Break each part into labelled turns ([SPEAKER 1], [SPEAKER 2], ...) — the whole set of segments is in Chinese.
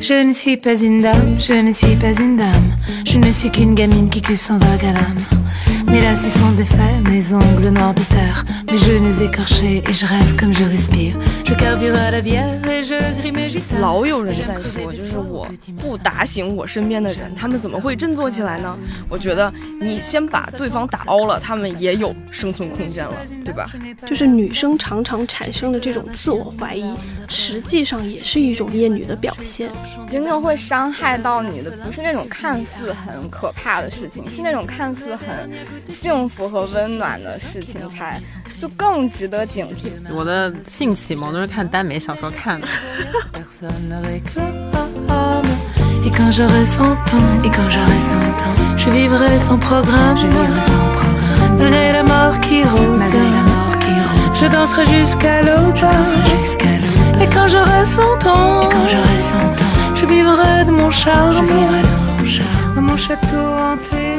[SPEAKER 1] Je ne suis pas une dame, je ne suis pas une dame. Je ne suis qu'une gamine qui cuve sans vague à l'âme. Mes lacets sont défaits, mes ongles noirs de terre, mes genoux écorchés et je rêve comme je respire. Je carbure à la bière et je grime mes gitanes.
[SPEAKER 2] 老有人在说，就是我不打醒我身边的人，他们怎么会振作起来呢？我觉得你先把对方打凹了，他们也有生存空间了，对吧？
[SPEAKER 3] 就是女生常常产生的这种自我怀疑，实际上也是一种厌女的表现。
[SPEAKER 4] 真正会伤害到你的，不是那种看似很可怕的事情，是那种看似很幸福和温暖的事情才，就更值得警惕。
[SPEAKER 5] 我的性启蒙都是看耽美小说看的。
[SPEAKER 1] Personne ne réclame. Et quand j'aurai 100 ans, et quand j'aurai 100 ans, je vivrai sans programme, je vivrai sans programme. Malgré la mort qui rôde, malgré la mort qui rôde, je danserai jusqu'à l'aube, je danserai jusqu'à l'aube. Et quand j'aurai 100 ans, et quand j'aurai 100 ans, je vivrai de mon charme, je vivrai de mon charme, dans mon château hanté.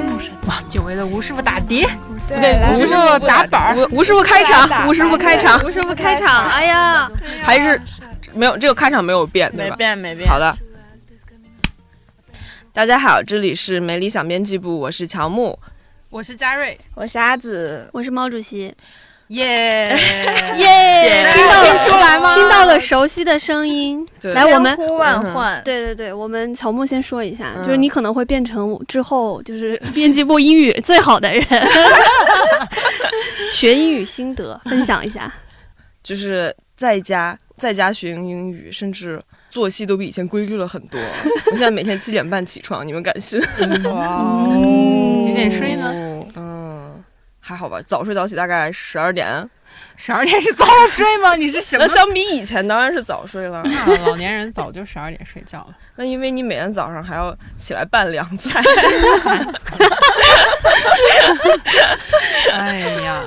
[SPEAKER 5] 哇，久违的吴师傅打碟，
[SPEAKER 4] 对，
[SPEAKER 5] 对，
[SPEAKER 4] 来
[SPEAKER 5] 吴师
[SPEAKER 4] 来
[SPEAKER 5] 傅打板儿，
[SPEAKER 2] 吴吴师傅开场，吴师傅开场，
[SPEAKER 6] 吴师傅开场，哎呀，
[SPEAKER 2] 还是没有这个开场没有变，对
[SPEAKER 6] 没
[SPEAKER 2] 吧？
[SPEAKER 6] 变没变。
[SPEAKER 2] 好的。大家好，这里是没理想编辑部，我是乔木。
[SPEAKER 5] 我是嘉瑞，
[SPEAKER 4] 我是阿紫，
[SPEAKER 6] 我是毛主席，
[SPEAKER 5] 耶
[SPEAKER 6] 耶！
[SPEAKER 2] 听到
[SPEAKER 4] 听出来吗？
[SPEAKER 3] 听到了熟悉的声音，
[SPEAKER 2] 对
[SPEAKER 3] 来我们
[SPEAKER 4] 呼万唤，
[SPEAKER 3] 对对对，我们乔木先说一下，
[SPEAKER 2] 嗯
[SPEAKER 3] 就是你可能会变成我之后就是编辑部英语最好的人， 学英语心得分享一下。
[SPEAKER 2] 就是在家在家学英语，甚至作息都比以前规律了很 多。我现在每天七点半起床，你们敢信？
[SPEAKER 4] 嗯
[SPEAKER 5] 哦几点睡呢？
[SPEAKER 2] 嗯，还好吧，早睡早起大概十二点。
[SPEAKER 5] 十二点是早睡吗？你是什么啊
[SPEAKER 2] 那？相比以前，当然是早睡了。
[SPEAKER 5] 老年人早就十二点睡觉了。
[SPEAKER 2] 那因为你每天早上还要起来拌凉菜，
[SPEAKER 5] 哎呀，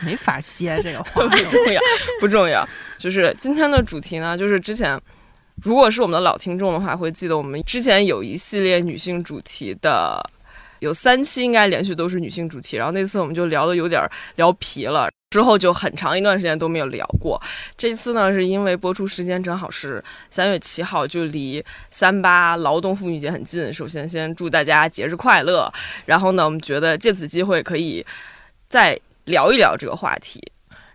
[SPEAKER 5] 没法接这个话
[SPEAKER 2] 不。重要， 不重要。就是今天的主题呢，就是之前。如果是我们的老听众的话，会记得我们之前有一系列女性主题的，有三期应该连续都是女性主题。然后那次我们就聊的有点儿聊皮了，之后就很长一段时间都没有聊过。这次呢，是因为播出时间正好是三月七号，就离三八劳动妇女节很近。首先，先祝大家节日快乐。然后呢，我们觉得借此机会可以再聊一聊这个话题。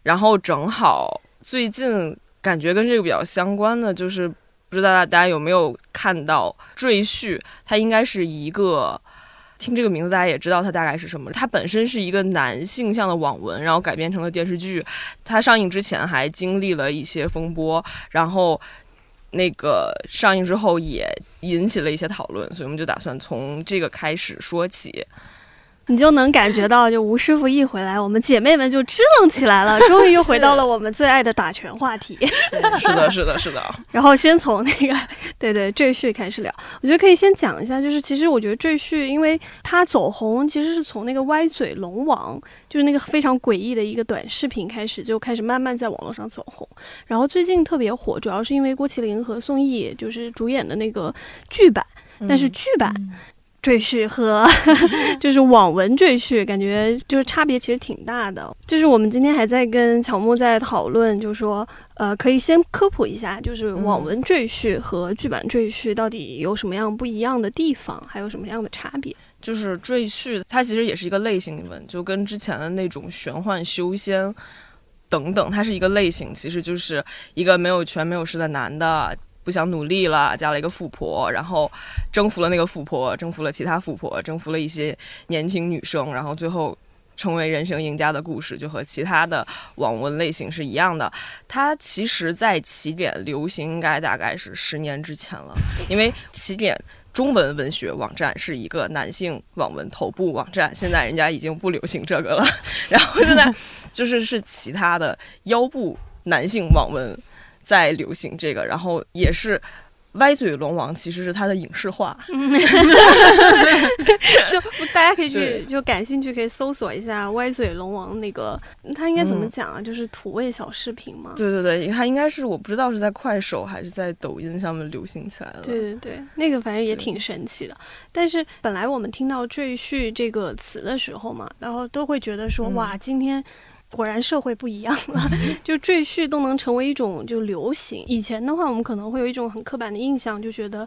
[SPEAKER 2] 然后正好最近感觉跟这个比较相关的，就是不知道大家有没有看到《赘婿》，它应该是一个。听这个名字，大家也知道它大概是什么。它本身是一个男性向的网文，然后改编成了电视剧。它上映之前还经历了一些风波，然后那个上映之后也引起了一些讨论，所以我们就打算从这个开始说起。
[SPEAKER 3] 你就能感觉到，就吴师傅一回来，我们姐妹们就支棱起来了，终于又回到了我们最爱的打拳话题。
[SPEAKER 2] 是的，是的，是的，
[SPEAKER 3] 然后先从那个对对赘婿开始聊，我觉得可以先讲一下，就是其实我觉得赘婿，因为它走红其实是从那个歪嘴龙王，就是那个非常诡异的一个短视频开始，就开始慢慢在网络上走红。然后最近特别火，主要是因为郭麒麟和宋轶就是主演的那个剧版，但是剧版。赘婿和就是网文赘婿，感觉就是差别其实挺大的。就是我们今天还在跟乔木在讨论，就说呃，可以先科普一下，就是网文赘婿和剧版赘婿到底有什么样不一样的地方，还有什么样的差别？
[SPEAKER 2] 就是赘婿，它其实也是一个类型文，就跟之前的那种玄幻修仙等等，它是一个类型，其实就是一个没有权没有势的男的。不想努力了，嫁了一个富婆，然后征服了那个富婆，征服了其他富婆，征服了一些年轻女生，然后最后成为人生赢家的故事，就和其他的网文类型是一样的。它其实，在起点流行应该大概是十年之前了，因为起点中文文学网站是一个男性网文头部网站，现在人家已经不流行这个了， 然后现在就是是其他的腰部男性网文在流行这个，然后也是。歪嘴龙王其实是它的影视化，
[SPEAKER 3] 就大家可以去
[SPEAKER 2] 对
[SPEAKER 3] 就感兴趣可以搜索一下歪嘴龙王那个，他应该怎么
[SPEAKER 2] 嗯
[SPEAKER 3] 讲啊？就是土味小视频吗？
[SPEAKER 2] 对对对，它应该是我不知道是在快手还是在抖音上面流行起来的。
[SPEAKER 3] 对对对，那个反正也
[SPEAKER 2] 对
[SPEAKER 3] 挺神奇的。但是本来我们听到“赘婿”这个词的时候嘛，然后都会觉得说、
[SPEAKER 2] 嗯
[SPEAKER 3] 哇，今天果然社会不一样了，就赘婿都能成为一种就流行。以前的话，我们可能会有一种很刻板的印象，就觉得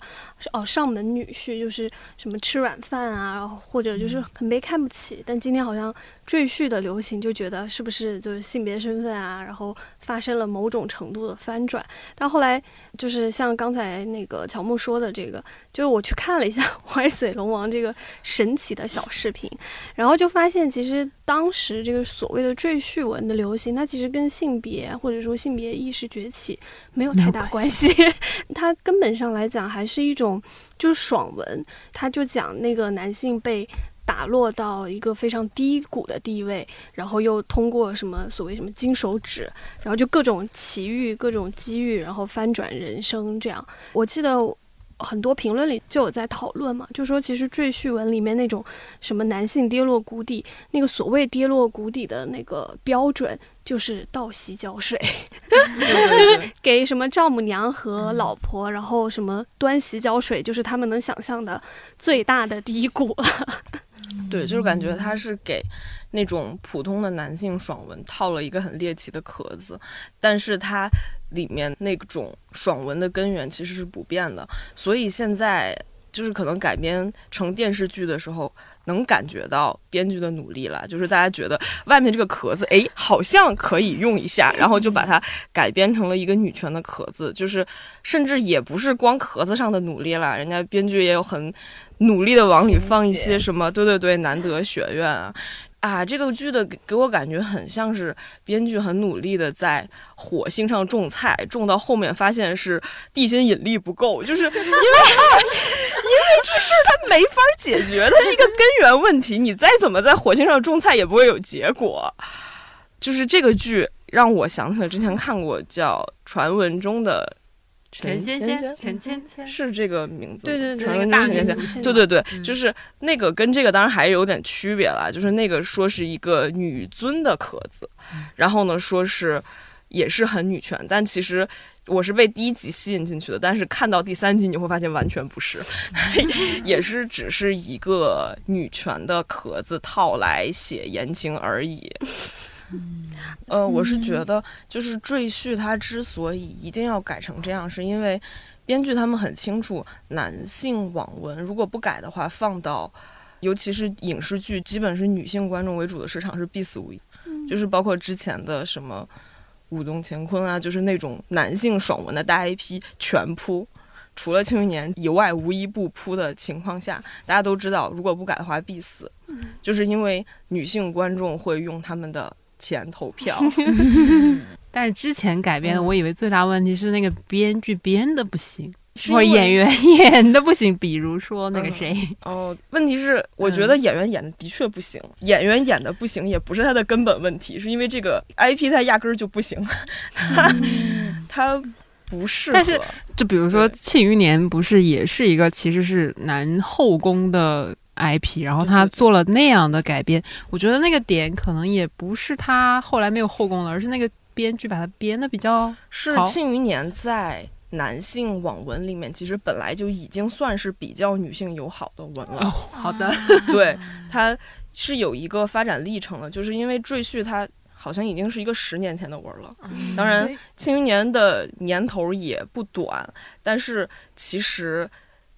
[SPEAKER 3] 哦上门女婿就是什么吃软饭啊，然后或者就是很被看不起。但今天好像赘婿的流行，就觉得是不是就是性别身份啊，然后发生了某种程度的翻转。但后来就是像刚才那个乔木说的这个，就是我去看了一下 歪嘴龙王这个神奇的小视频，然后就发现，其实当时这个所谓的赘婿文的流行，它其实跟性别或者说性别意识崛起没有太大关系。 它根本上来讲，还是一种就是爽文，它就讲那个男性被。打落到一个非常低谷的地位，然后又通过什么所谓什么金手指，然后就各种奇遇、各种机遇，然后翻转人生这样。我记得很多评论里就有在讨论嘛，就说其实赘婿文里面那种什么男性跌落谷底，那个所谓跌落谷底的那个标准就是倒吸胶水， 就是给什么丈母娘和老婆，然后什么端洗胶水，就是他们能想象的最大的低谷。
[SPEAKER 2] 对，就是感觉他是给那种普通的男性爽文套了一个很猎奇的壳子，但是它里面那种爽文的根源其实是不变的，所以现在就是可能改编成电视剧的时候，能感觉到编剧的努力了，就是大家觉得外面这个壳子，哎，好像可以用一下，然后就把它改编成了一个女权的壳子，就是甚至也不是光壳子上的努力了，人家编剧也有很努力的往里放一些什么，对对对，难得学院啊。啊，这个剧的给给我感觉很像是编剧很努力的在火星上种菜，种到后面发现是地心引力不够，就是因为因 为这事儿它没法解决，它是一个根源问题，你再怎么在火星上种菜也不会有结果。就是这个剧让我想起了之前看过叫《传闻中的
[SPEAKER 5] 陈芊芊，陈芊芊，
[SPEAKER 2] 是这个名字吗，
[SPEAKER 3] 对对对
[SPEAKER 2] 传闻
[SPEAKER 5] 那
[SPEAKER 2] 中
[SPEAKER 5] 个
[SPEAKER 2] 的
[SPEAKER 5] 大
[SPEAKER 2] 神仙
[SPEAKER 5] 明星
[SPEAKER 2] 对对对，
[SPEAKER 5] 嗯
[SPEAKER 2] 就是那个跟这个当然还有点区别啦，就是那个说是一个女尊的壳子，然后呢说是也是很女权，但其实我是被第一集吸引进去的，但是看到第三集你会发现完全不是，也是只是一个女权的壳子套来写言情而已。呃，我是觉得，就是赘婿它之所以一定要改成这样，是因为编剧他们很清楚，男性网文如果不改的话，放到尤其是影视剧，基本是女性观众为主的市场是必死无疑。就是包括之前的什么舞动乾坤啊，就是那种男性爽文的大 IP 全扑。除了《庆余年》以外，无一不扑的情况下，大家都知道，如果不改的话必死，就是因为女性观众会用他们的钱投票。
[SPEAKER 5] 但是之前改编的，我以为最大问题是那个编剧编的不行，
[SPEAKER 2] 是因
[SPEAKER 5] 或者
[SPEAKER 2] 为
[SPEAKER 5] 演员 演的不行。比如说那个
[SPEAKER 2] 嗯
[SPEAKER 5] 谁，
[SPEAKER 2] 哦，问题是，我觉得
[SPEAKER 5] 嗯
[SPEAKER 2] 演员演的的确不行，演员演的不行也不是他的根本问题，是因为这个 IP 他压根儿就不行， 他不适合。
[SPEAKER 5] 但是就比如说《
[SPEAKER 2] 对
[SPEAKER 5] 庆余年》，不是也是一个其实是男后宫的 IP，然后他
[SPEAKER 2] 对对对
[SPEAKER 5] 做了那样的改编，我觉得那个点可能也不是他后来没有后宫了，而是那个编剧把它编的比较
[SPEAKER 2] 是
[SPEAKER 5] 好
[SPEAKER 2] 《庆余年》在男性网文里面，其实本来就已经算是比较女性友好的文了。
[SPEAKER 5] 哦好的，
[SPEAKER 2] 啊对，它是有一个发展历程的，就是因为《赘婿》它好像已经是一个十年前的文了。
[SPEAKER 3] 嗯
[SPEAKER 2] 当然，《庆余年》的年头也不短，但是其实。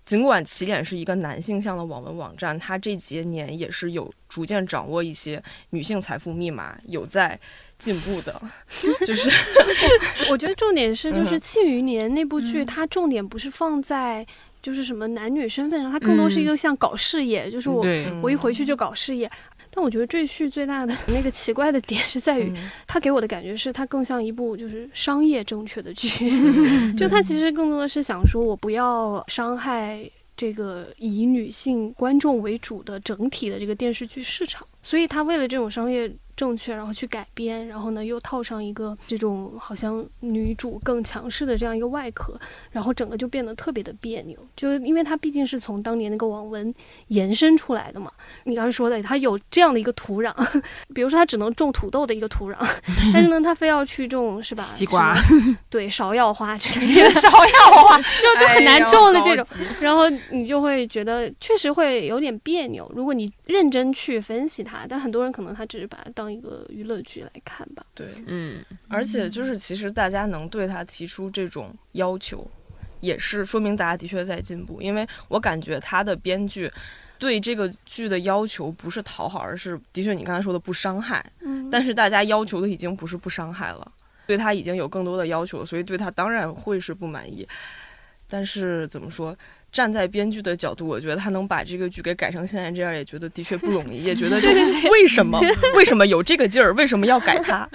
[SPEAKER 2] 尽管起点是一个男性向的网文网站，它这些年也是有逐渐掌握一些女性财富密码，有在进步 的，就是
[SPEAKER 3] 我觉得重点是，
[SPEAKER 2] 嗯
[SPEAKER 3] 就是《
[SPEAKER 2] 哼嗯
[SPEAKER 3] 庆余年》那部剧，它重点不是放在就是什么男女身份上，它更多是一个像搞事业，就是我
[SPEAKER 5] 对，
[SPEAKER 2] 嗯
[SPEAKER 3] 我一回去就搞事业。但我觉得《赘婿》最大的 那个奇怪的点是在于，
[SPEAKER 2] 嗯
[SPEAKER 3] 它给我的感觉是它更像一部就是商业正确的剧，
[SPEAKER 2] 嗯
[SPEAKER 3] 就它其实更多的是想说我不要伤害这个以女性观众为主的整体的这个电视剧市场，所以它为了这种商业正确，然后去改编，然后呢又套上一个这种好像女主更强势的这样一个外壳，然后整个就变得特别的别扭，就因为它毕竟是从当年那个网文延伸出来的嘛。你刚才说的，它有这样的一个土壤， 比如说它只能种土豆的一个土壤， 但是呢，它非要去种是吧？
[SPEAKER 5] 西瓜
[SPEAKER 3] 什么，对，芍药花之类的，
[SPEAKER 5] 小 药啊，
[SPEAKER 3] 就就很难种的这种。
[SPEAKER 5] 种。
[SPEAKER 3] 然后你就会觉得确实会有点别扭。如果你认真去分析它，但很多人可能他只是把它当当一个娱乐剧来看吧。
[SPEAKER 2] 对，
[SPEAKER 5] 嗯，
[SPEAKER 2] 而且就是其实大家能对他提出这种要求，也是说明大家的确在进步。因为我感觉他的编剧对这个剧的要求不是讨好，而是的确你刚才说的不伤害。
[SPEAKER 3] 嗯
[SPEAKER 2] 但是大家要求的已经不是不伤害了，对他已经有更多的要求了，所以对他当然会是不满意。但是怎么说，站在编剧的角度，我觉得他能把这个剧给改成现在这样，也觉得的确不容易，也觉得就为什么为什么有这个劲儿，为什么要改它？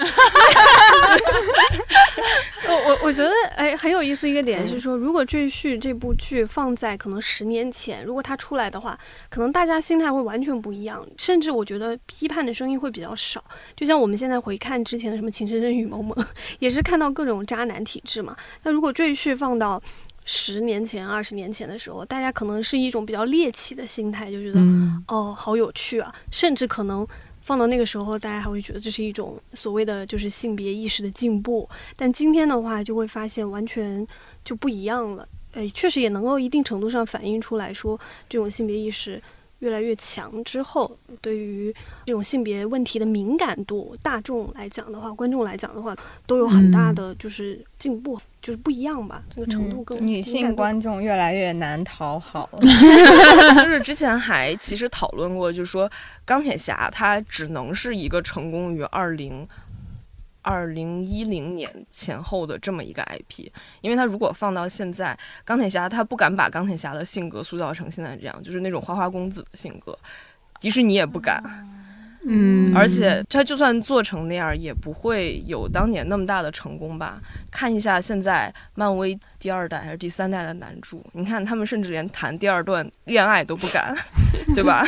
[SPEAKER 3] 我我我觉得哎很有意思一个点是说，如果《赘婿》这部剧放在可能十年前，如果它出来的话，可能大家心态会完全不一样，甚至我觉得批判的声音会比较少。就像我们现在回看之前的什么《情深深雨蒙 蒙》，也是看到各种渣男体质嘛。那如果《赘婿》放到十年前、二十年前的时候，大家可能是一种比较猎奇的心态，就觉得、
[SPEAKER 5] 嗯
[SPEAKER 3] 哦，好有趣啊！甚至可能放到那个时候，大家还会觉得这是一种所谓的就是性别意识的进步。但今天的话，就会发现完全就不一样了。呃，确实也能够一定程度上反映出来说，这种性别意识越来越强之后，对于这种性别问题的敏感度，大众来讲的话，观众来讲的话，都有很大的就是进步，就是不一样吧，这个程度更、
[SPEAKER 4] 嗯女性
[SPEAKER 3] 观。
[SPEAKER 4] 观众越来越难讨好 了。
[SPEAKER 2] 就是之前还其实讨论过，就是说钢铁侠它只能是一个成功于二零二零一零年前后的这么一个 IP，因为它如果放到现在，钢铁侠他不敢把钢铁侠的性格塑造成现在这样，就是那种花花公子的性格，迪士尼也不敢，
[SPEAKER 5] 嗯，
[SPEAKER 2] 而且他就算做成那样，也不会有当年那么大的成功吧？看一下现在漫威第二代还是第三代的男主，你看他们甚至连谈第二段恋爱都不 敢，对吧？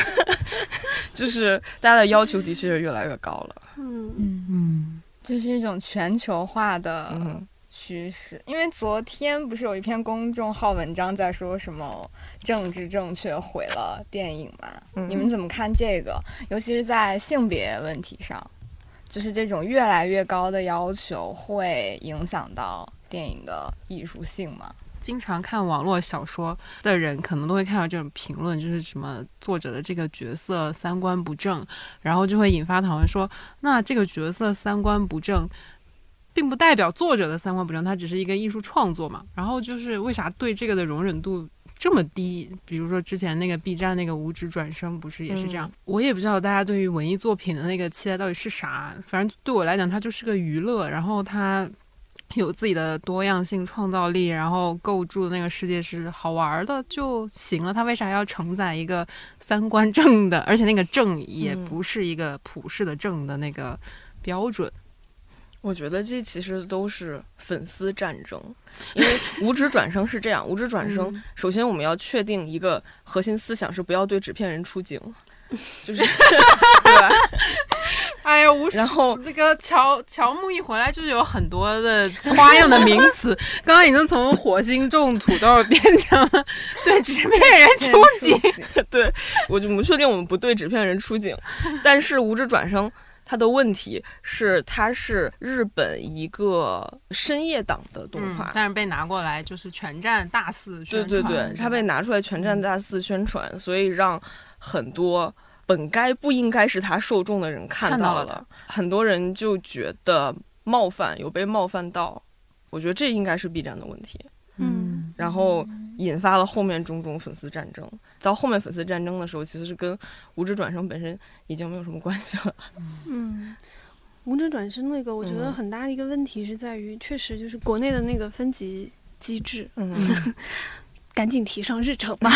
[SPEAKER 2] 就是大家的要求的确是越来越高了。
[SPEAKER 3] 嗯
[SPEAKER 4] 嗯，
[SPEAKER 5] 嗯
[SPEAKER 4] 这是一种全球化的
[SPEAKER 2] 嗯，
[SPEAKER 4] 趋势。因为昨天不是有一篇公众号文章在说什么政治正确毁了电影吗？
[SPEAKER 2] 嗯
[SPEAKER 4] 你们怎么看这个？尤其是在性别问题上，就是这种越来越高的要求会影响到电影的艺术性 吗？
[SPEAKER 5] 经常看网络小说的人，可能都会看到这种评论，就是什么作者的这个角色三观不正，然后就会引发讨论说，那这个角色三观不正，并不代表作者的三观不正，它只是一个艺术创作嘛。然后就是为啥对这个的容忍度这么低？比如说之前那个 B 站那个五指转生，不是也是这样？我也不知道大家对于文艺作品的那个期待到底是啥。反正对我来讲，它就是个娱乐，然后它有自己的多样性、创造力，然后构筑的那个世界是好玩儿的就行了。它为啥要承载一个三观正的，而且那个正也
[SPEAKER 2] 嗯
[SPEAKER 5] 不是一个普世的正的那个标准？
[SPEAKER 2] 我觉得这其实都是粉丝战争，因为五指转生是这样，五指转 生，首先我们要确定一个核心思想是不要对纸片人出警，就是 对吧？
[SPEAKER 5] 哎呀，无
[SPEAKER 2] 然后
[SPEAKER 5] 那个乔乔木一回来就是有很多的 花样的名词，刚刚已经从火星种土豆变成 了对纸片人出击。
[SPEAKER 2] 对，我就不确定我们不对纸片人出警，但是无职转生它的问题是，它是日本一个深夜档的动
[SPEAKER 5] 嗯
[SPEAKER 2] 画，
[SPEAKER 5] 但是被拿过来就是全站大肆宣
[SPEAKER 2] 对
[SPEAKER 5] 传
[SPEAKER 2] 对。对，它被拿出来全站大肆宣传，所以让很多本该不应该是它受众的人看
[SPEAKER 5] 看到
[SPEAKER 2] 了，
[SPEAKER 5] 了的
[SPEAKER 2] 很多人就觉得冒犯，有被冒犯到，我觉得这应该是 B 站的问题。
[SPEAKER 3] 嗯
[SPEAKER 2] 然后引发了后面种种粉丝战争。到后面粉丝战争的时候，其实是跟无职转生本身已经没有什么关系了。
[SPEAKER 3] 嗯，无职转生那个，我觉得
[SPEAKER 2] 嗯
[SPEAKER 3] 很大的一个问题是在于，确实就是国内的那个分级机制，
[SPEAKER 2] 嗯，
[SPEAKER 3] 赶紧提上日程吧，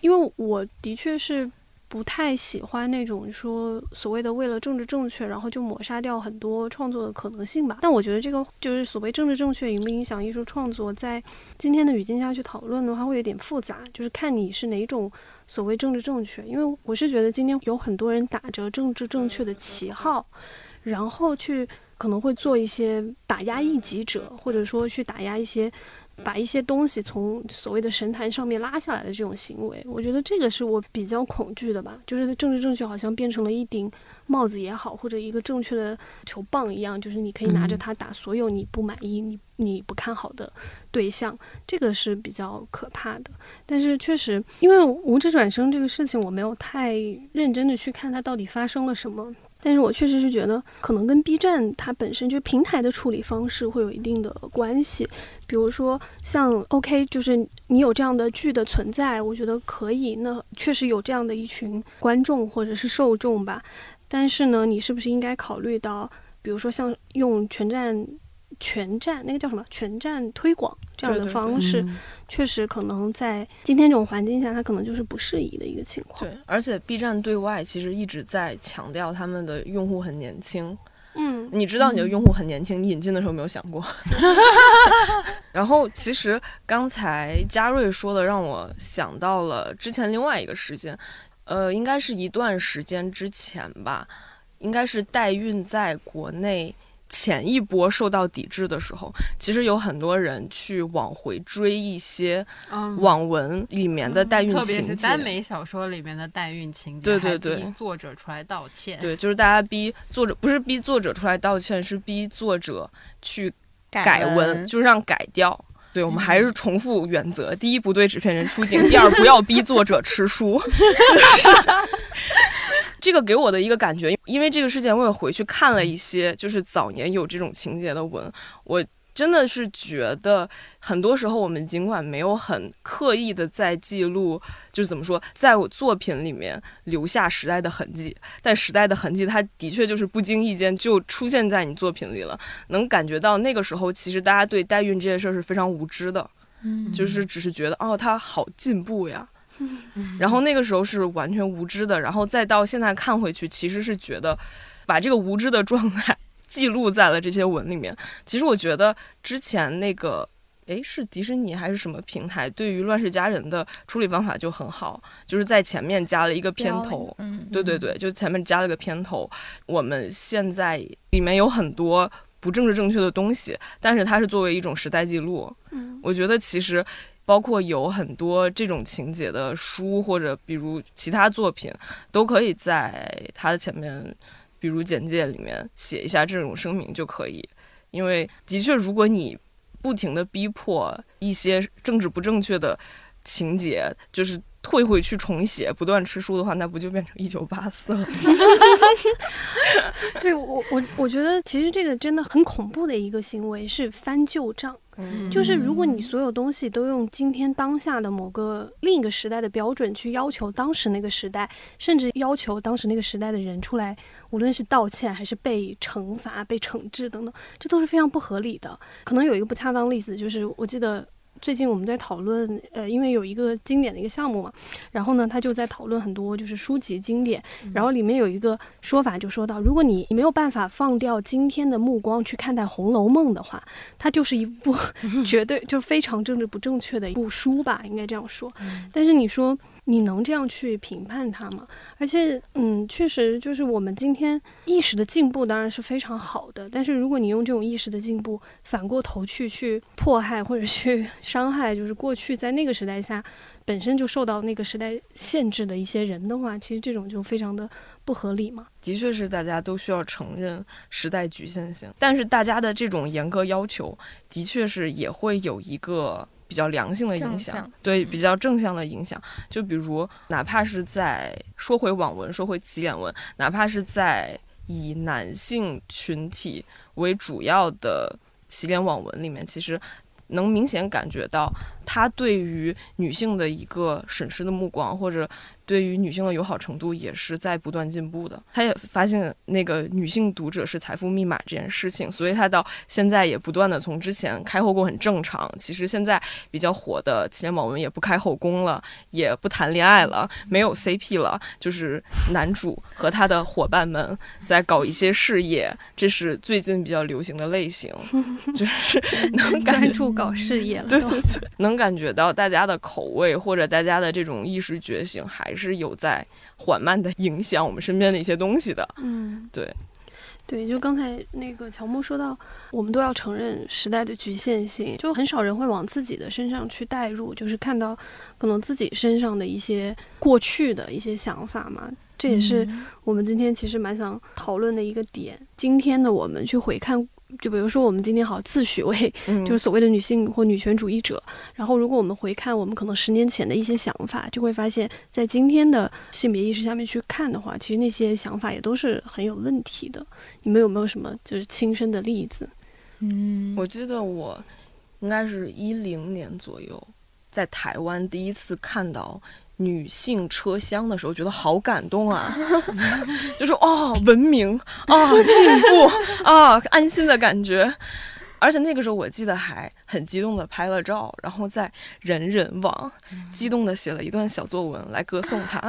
[SPEAKER 3] 因为我的确是。不太喜欢那种说所谓的为了政治正确，然后就抹杀掉很多创作的可能性吧。但我觉得这个就是所谓政治正确影不影响艺术创作，在今天的语境下去讨论的话，会有点复杂，就是看你是哪种所谓政治正确。因为我是觉得今天有很多人打着政治正确的旗号，然后去可能会做一些打压异己者，或者说去打压一些把一些东西从所谓的神坛上面拉下来的这种行为，我觉得这个是我比较恐惧的吧。就是政治正确好像变成了一顶帽子也好，或者一个正确的球棒一样，就是你可以拿着它打所有你不满意、你你不看好的对象，这个是比较可怕的。但是确实，因为无知转生这个事情，我没有太认真的去看它到底发生了什么。但是我确实是觉得，可能跟 B 站它本身就平台的处理方式会有一定的关系。比如说像 OK，就是你有这样的剧的存在，我觉得可以。那确实有这样的一群观众或者是受众吧。但是呢，你是不是应该考虑到，比如说像用全站、全站那个叫什么全站推广这样的
[SPEAKER 2] 对对对
[SPEAKER 5] 嗯
[SPEAKER 3] 方式，确实可能在今天这种环境下，它可能就是不适宜的一个情况。
[SPEAKER 2] 对，而且 B 站对外其实一直在强调他们的用户很年轻。
[SPEAKER 3] 嗯，
[SPEAKER 2] 你知道你的用户很年轻，你引进的时候没有想 过。然后其实刚才嘉瑞说的让我想到了之前另外一个事件，呃，应该是一段时间之前吧，应该是代孕在国内。前一波受到抵制的时候，其实有很多人去往回追一些
[SPEAKER 5] 嗯，
[SPEAKER 2] 网文里面的代孕
[SPEAKER 5] 特别
[SPEAKER 2] 情节，
[SPEAKER 5] 是耽美小说里面的代孕情节，
[SPEAKER 2] 对对
[SPEAKER 5] 还逼
[SPEAKER 2] 对
[SPEAKER 5] 作者出来道歉，
[SPEAKER 2] 对，就是大家逼作者，不是逼作者出来道歉，是逼作者去 改文，嗯就让改掉。对，我们还是重复原则：第一，不对纸片人出镜；第二，不要逼作者吃书。 就是这个给我的一个感觉，因为这个事件，我也回去看了一些，就是早年有这种情节的文，我真的是觉得，很多时候我们尽管没有很刻意的在记录，就是怎么说，在我作品里面留下时代的痕迹，但时代的痕迹，它的确就是不经意间就出现在你作品里了，能感觉到那个时候，其实大家对代孕这件事儿是非常无知的，
[SPEAKER 5] 嗯
[SPEAKER 2] 就是只是觉得哦，它好进步呀。然后那个时候是完全无知的，然后再到现在看回去，其实是觉得把这个无知的状态记录在了这些文里面。其实我觉得之前那个。诶，是迪士尼还是什么平台？对于《乱世佳人》的处理方法就很好，就是在前面加了一个片头，
[SPEAKER 4] 嗯，
[SPEAKER 2] 对对对，就前面加了个片头。我们现在里面有很多不政治正确的东西，但是它是作为一种时代记录。
[SPEAKER 3] 嗯，
[SPEAKER 2] 我觉得其实包括有很多这种情节的书，或者比如其他作品，都可以在它的前面，比如简介里面写一下这种声明就可以。因为的确，如果你不停的逼迫一些政治不正确的情节，就是退回去重写，不断吃书的话，那不就变成一九八四了？
[SPEAKER 3] 对我我我觉得其实这个真的很恐怖的一个行为是翻旧账，
[SPEAKER 5] 嗯
[SPEAKER 3] 就是如果你所有东西都用今天当下的某个另一个时代的标准去要求当时那个时代，甚至要求当时那个时代的人出来，无论是道歉还是被惩罚、被惩治等等，这都是非常不合理的。可能有一个不恰当例子，就是我记得。最近我们在讨论，呃，因为有一个经典的一个项目嘛，然后呢，他就在讨论很多就是书籍经典，然后里面有一个说法就说到，如果你没有办法放掉今天的目光去看待《红楼梦》的话，它就是一部绝对就是非常政治不正确的一部书吧，应该这样说。但是你说你能这样去评判它吗？而且，嗯，确实就是我们今天意识的进步当然是非常好的，但是如果你用这种意识的进步反过头去去迫害或者去伤害，就是过去在那个时代下本身就受到那个时代限制的一些人的话，其实这种就非常的不合理嘛。
[SPEAKER 2] 的确是大家都需要承认时代局限性，但是大家的这种严格要求，的确是也会有一个比较良性的影
[SPEAKER 4] 正
[SPEAKER 2] 响
[SPEAKER 4] 向，嗯
[SPEAKER 2] 对比较正向的影响。就比如，哪怕是在说回网文，说回起点文，哪怕是在以男性群体为主要的起点网文里面，其实能明显感觉到他对于女性的一个审视的目光，或者对于女性的友好程度也是在不断进步的。他也发现那个女性读者是财富密码这件事情，所以他到现在也不断的从之前开后宫很正常，其实现在比较火的起点网文也不开后宫了，也不谈恋爱了，没有 CP 了，就是男主和他的伙伴们在搞一些事业，这是最近比较流行的类型，就是能感觉
[SPEAKER 3] 专注搞事业了，
[SPEAKER 2] 对 对对，能感觉到大家的口味或者大家的这种意识觉醒，还是有在缓慢的影响我们身边的一些东西的。
[SPEAKER 3] 嗯，
[SPEAKER 2] 对，
[SPEAKER 3] 对，就刚才那个乔木说到，我们都要承认时代的局限性，就很少人会往自己的身上去代入，就是看到可能自己身上的一些过去的一些想法嘛。这也是我们今天其实蛮想讨论的一个点。今天的我们去回看就比如说我们今天好自诩为
[SPEAKER 2] 嗯
[SPEAKER 3] 就是所谓的女性或女权主义者。然后，如果我们回看我们可能十年前的一些想法，就会发现，在今天的性别意识下面去看的话，其实那些想法也都是很有问题的。你们有没有什么就是亲身的例子？
[SPEAKER 4] 嗯，
[SPEAKER 2] 我记得我应该是一零年左右，在台湾第一次看到女性车厢的时候，觉得好感动 啊！就说哦，文明啊，进步啊，安心的感觉。而且那个时候我记得还很激动的拍了照，然后在人人网
[SPEAKER 4] 嗯
[SPEAKER 2] 激动的写了一段小作文来歌颂 她。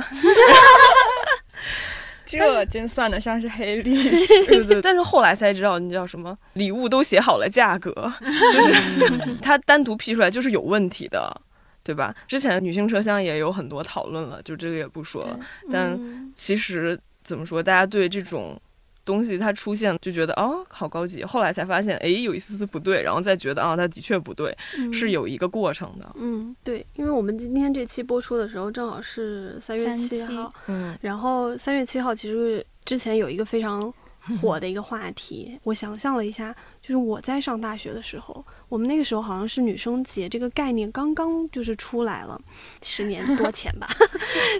[SPEAKER 4] 这真算得上是黑 历史。
[SPEAKER 2] 对对，但是后来才知道，你叫什么礼物都写好了价格， 就是
[SPEAKER 4] 嗯
[SPEAKER 2] 它单独批出来就是有问题的，对吧？之前女性车厢也有很多讨论了，就这个也不说了。但
[SPEAKER 3] 嗯
[SPEAKER 2] 其实怎么说，大家对这种东西它出现就觉得哦好高级，后来才发现哎有一丝丝不对，然后再觉得啊、它的确不对，是。有一个过程的。
[SPEAKER 3] 嗯，对，因为我们今天这期播出的时候，正好是三月
[SPEAKER 4] 三
[SPEAKER 3] 七
[SPEAKER 4] 七
[SPEAKER 3] 号，
[SPEAKER 2] 嗯，
[SPEAKER 3] 然后三月七号其实之前有一个非常火的一个话题，我想象了一下，就是我在上大学的时候，我们那个时候好像是女生节这个概念刚刚就是出来了，十年多前吧，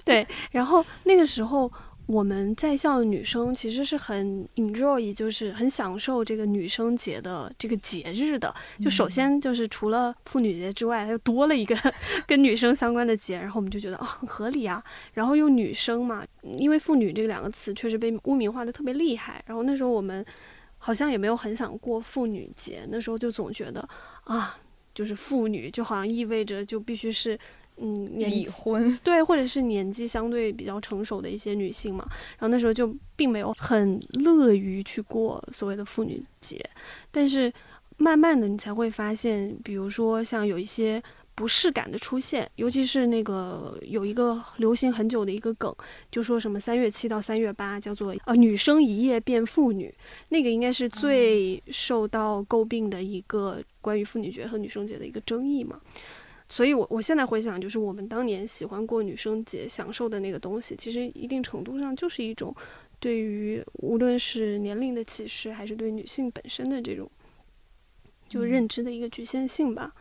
[SPEAKER 3] 对，然后那个时候。我们在校的女生其实是很 enjoy，就是很享受这个女生节的这个节日的。就首先就是除了妇女节之外，它又多了一个 跟女生相关的节，然后我们就觉得哦很合理啊。然后又女生嘛，嗯因为“妇女”这两个词确实被污名化的特别厉害。然后那时候我们好像也没有很想过妇女节，那时候就总觉得啊，就是妇女就好像意味着就必须是嗯年
[SPEAKER 4] 已婚，
[SPEAKER 3] 对，或者是年纪相对比较成熟的一些女性嘛，然后那时候就并没有很乐于去过所谓的妇女节，但是慢慢的你才会发现，比如说像有一些不适感的出现，尤其是那个有一个流行很久的一个梗，就说什么三月七到三月八叫做呃女生一夜变妇女，那个应该是最受到诟病的一个关于妇女节和女生节的一个争议嘛。所以我，我现在回想，就是我们当年喜欢过女生节享受的那个东西，其实一定程度上就是一种对于无论是年龄的歧视，还是对女性本身的这种
[SPEAKER 4] 嗯
[SPEAKER 3] 就认知的一个局限性吧。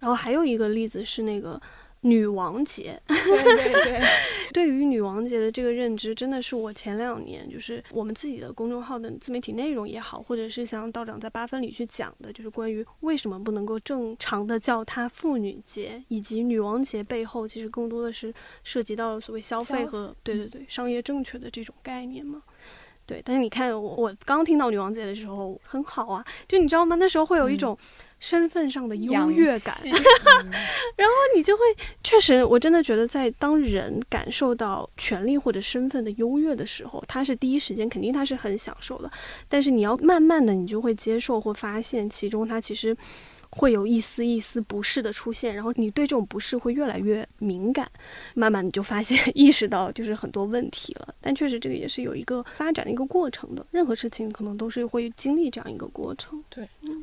[SPEAKER 3] 然后还有一个例子是那个女王节，
[SPEAKER 4] 对对对，
[SPEAKER 3] 对于女王节的这个认知，真的是我前两年就是我们自己的公众号的自媒体内容也好，或者是像道长在八分里去讲的，就是关于为什么不能够正常的叫它妇女节，以及女王节背后其实更多的是涉及到所谓消费
[SPEAKER 4] 消嗯
[SPEAKER 3] 和对对对商业正确的这种概念嘛。对，但是你看我我刚听到女王节的时候很好啊，就你知道吗？那时候会有一种身份上的优越感，
[SPEAKER 4] 嗯洋气
[SPEAKER 3] 你就会确实，我真的觉得，在当人感受到权利或者身份的优越的时候，他是第一时间肯定他是很享受的，但是你要慢慢的，你就会接受或发现其中他其实会有一丝一丝不适的出现，然后你对这种不适会越来越敏感，慢慢你就发现 意识到就是很多问题了。但确实这个也是有一个发展的一个过程的，任何事情可能都是会经历这样一个过程。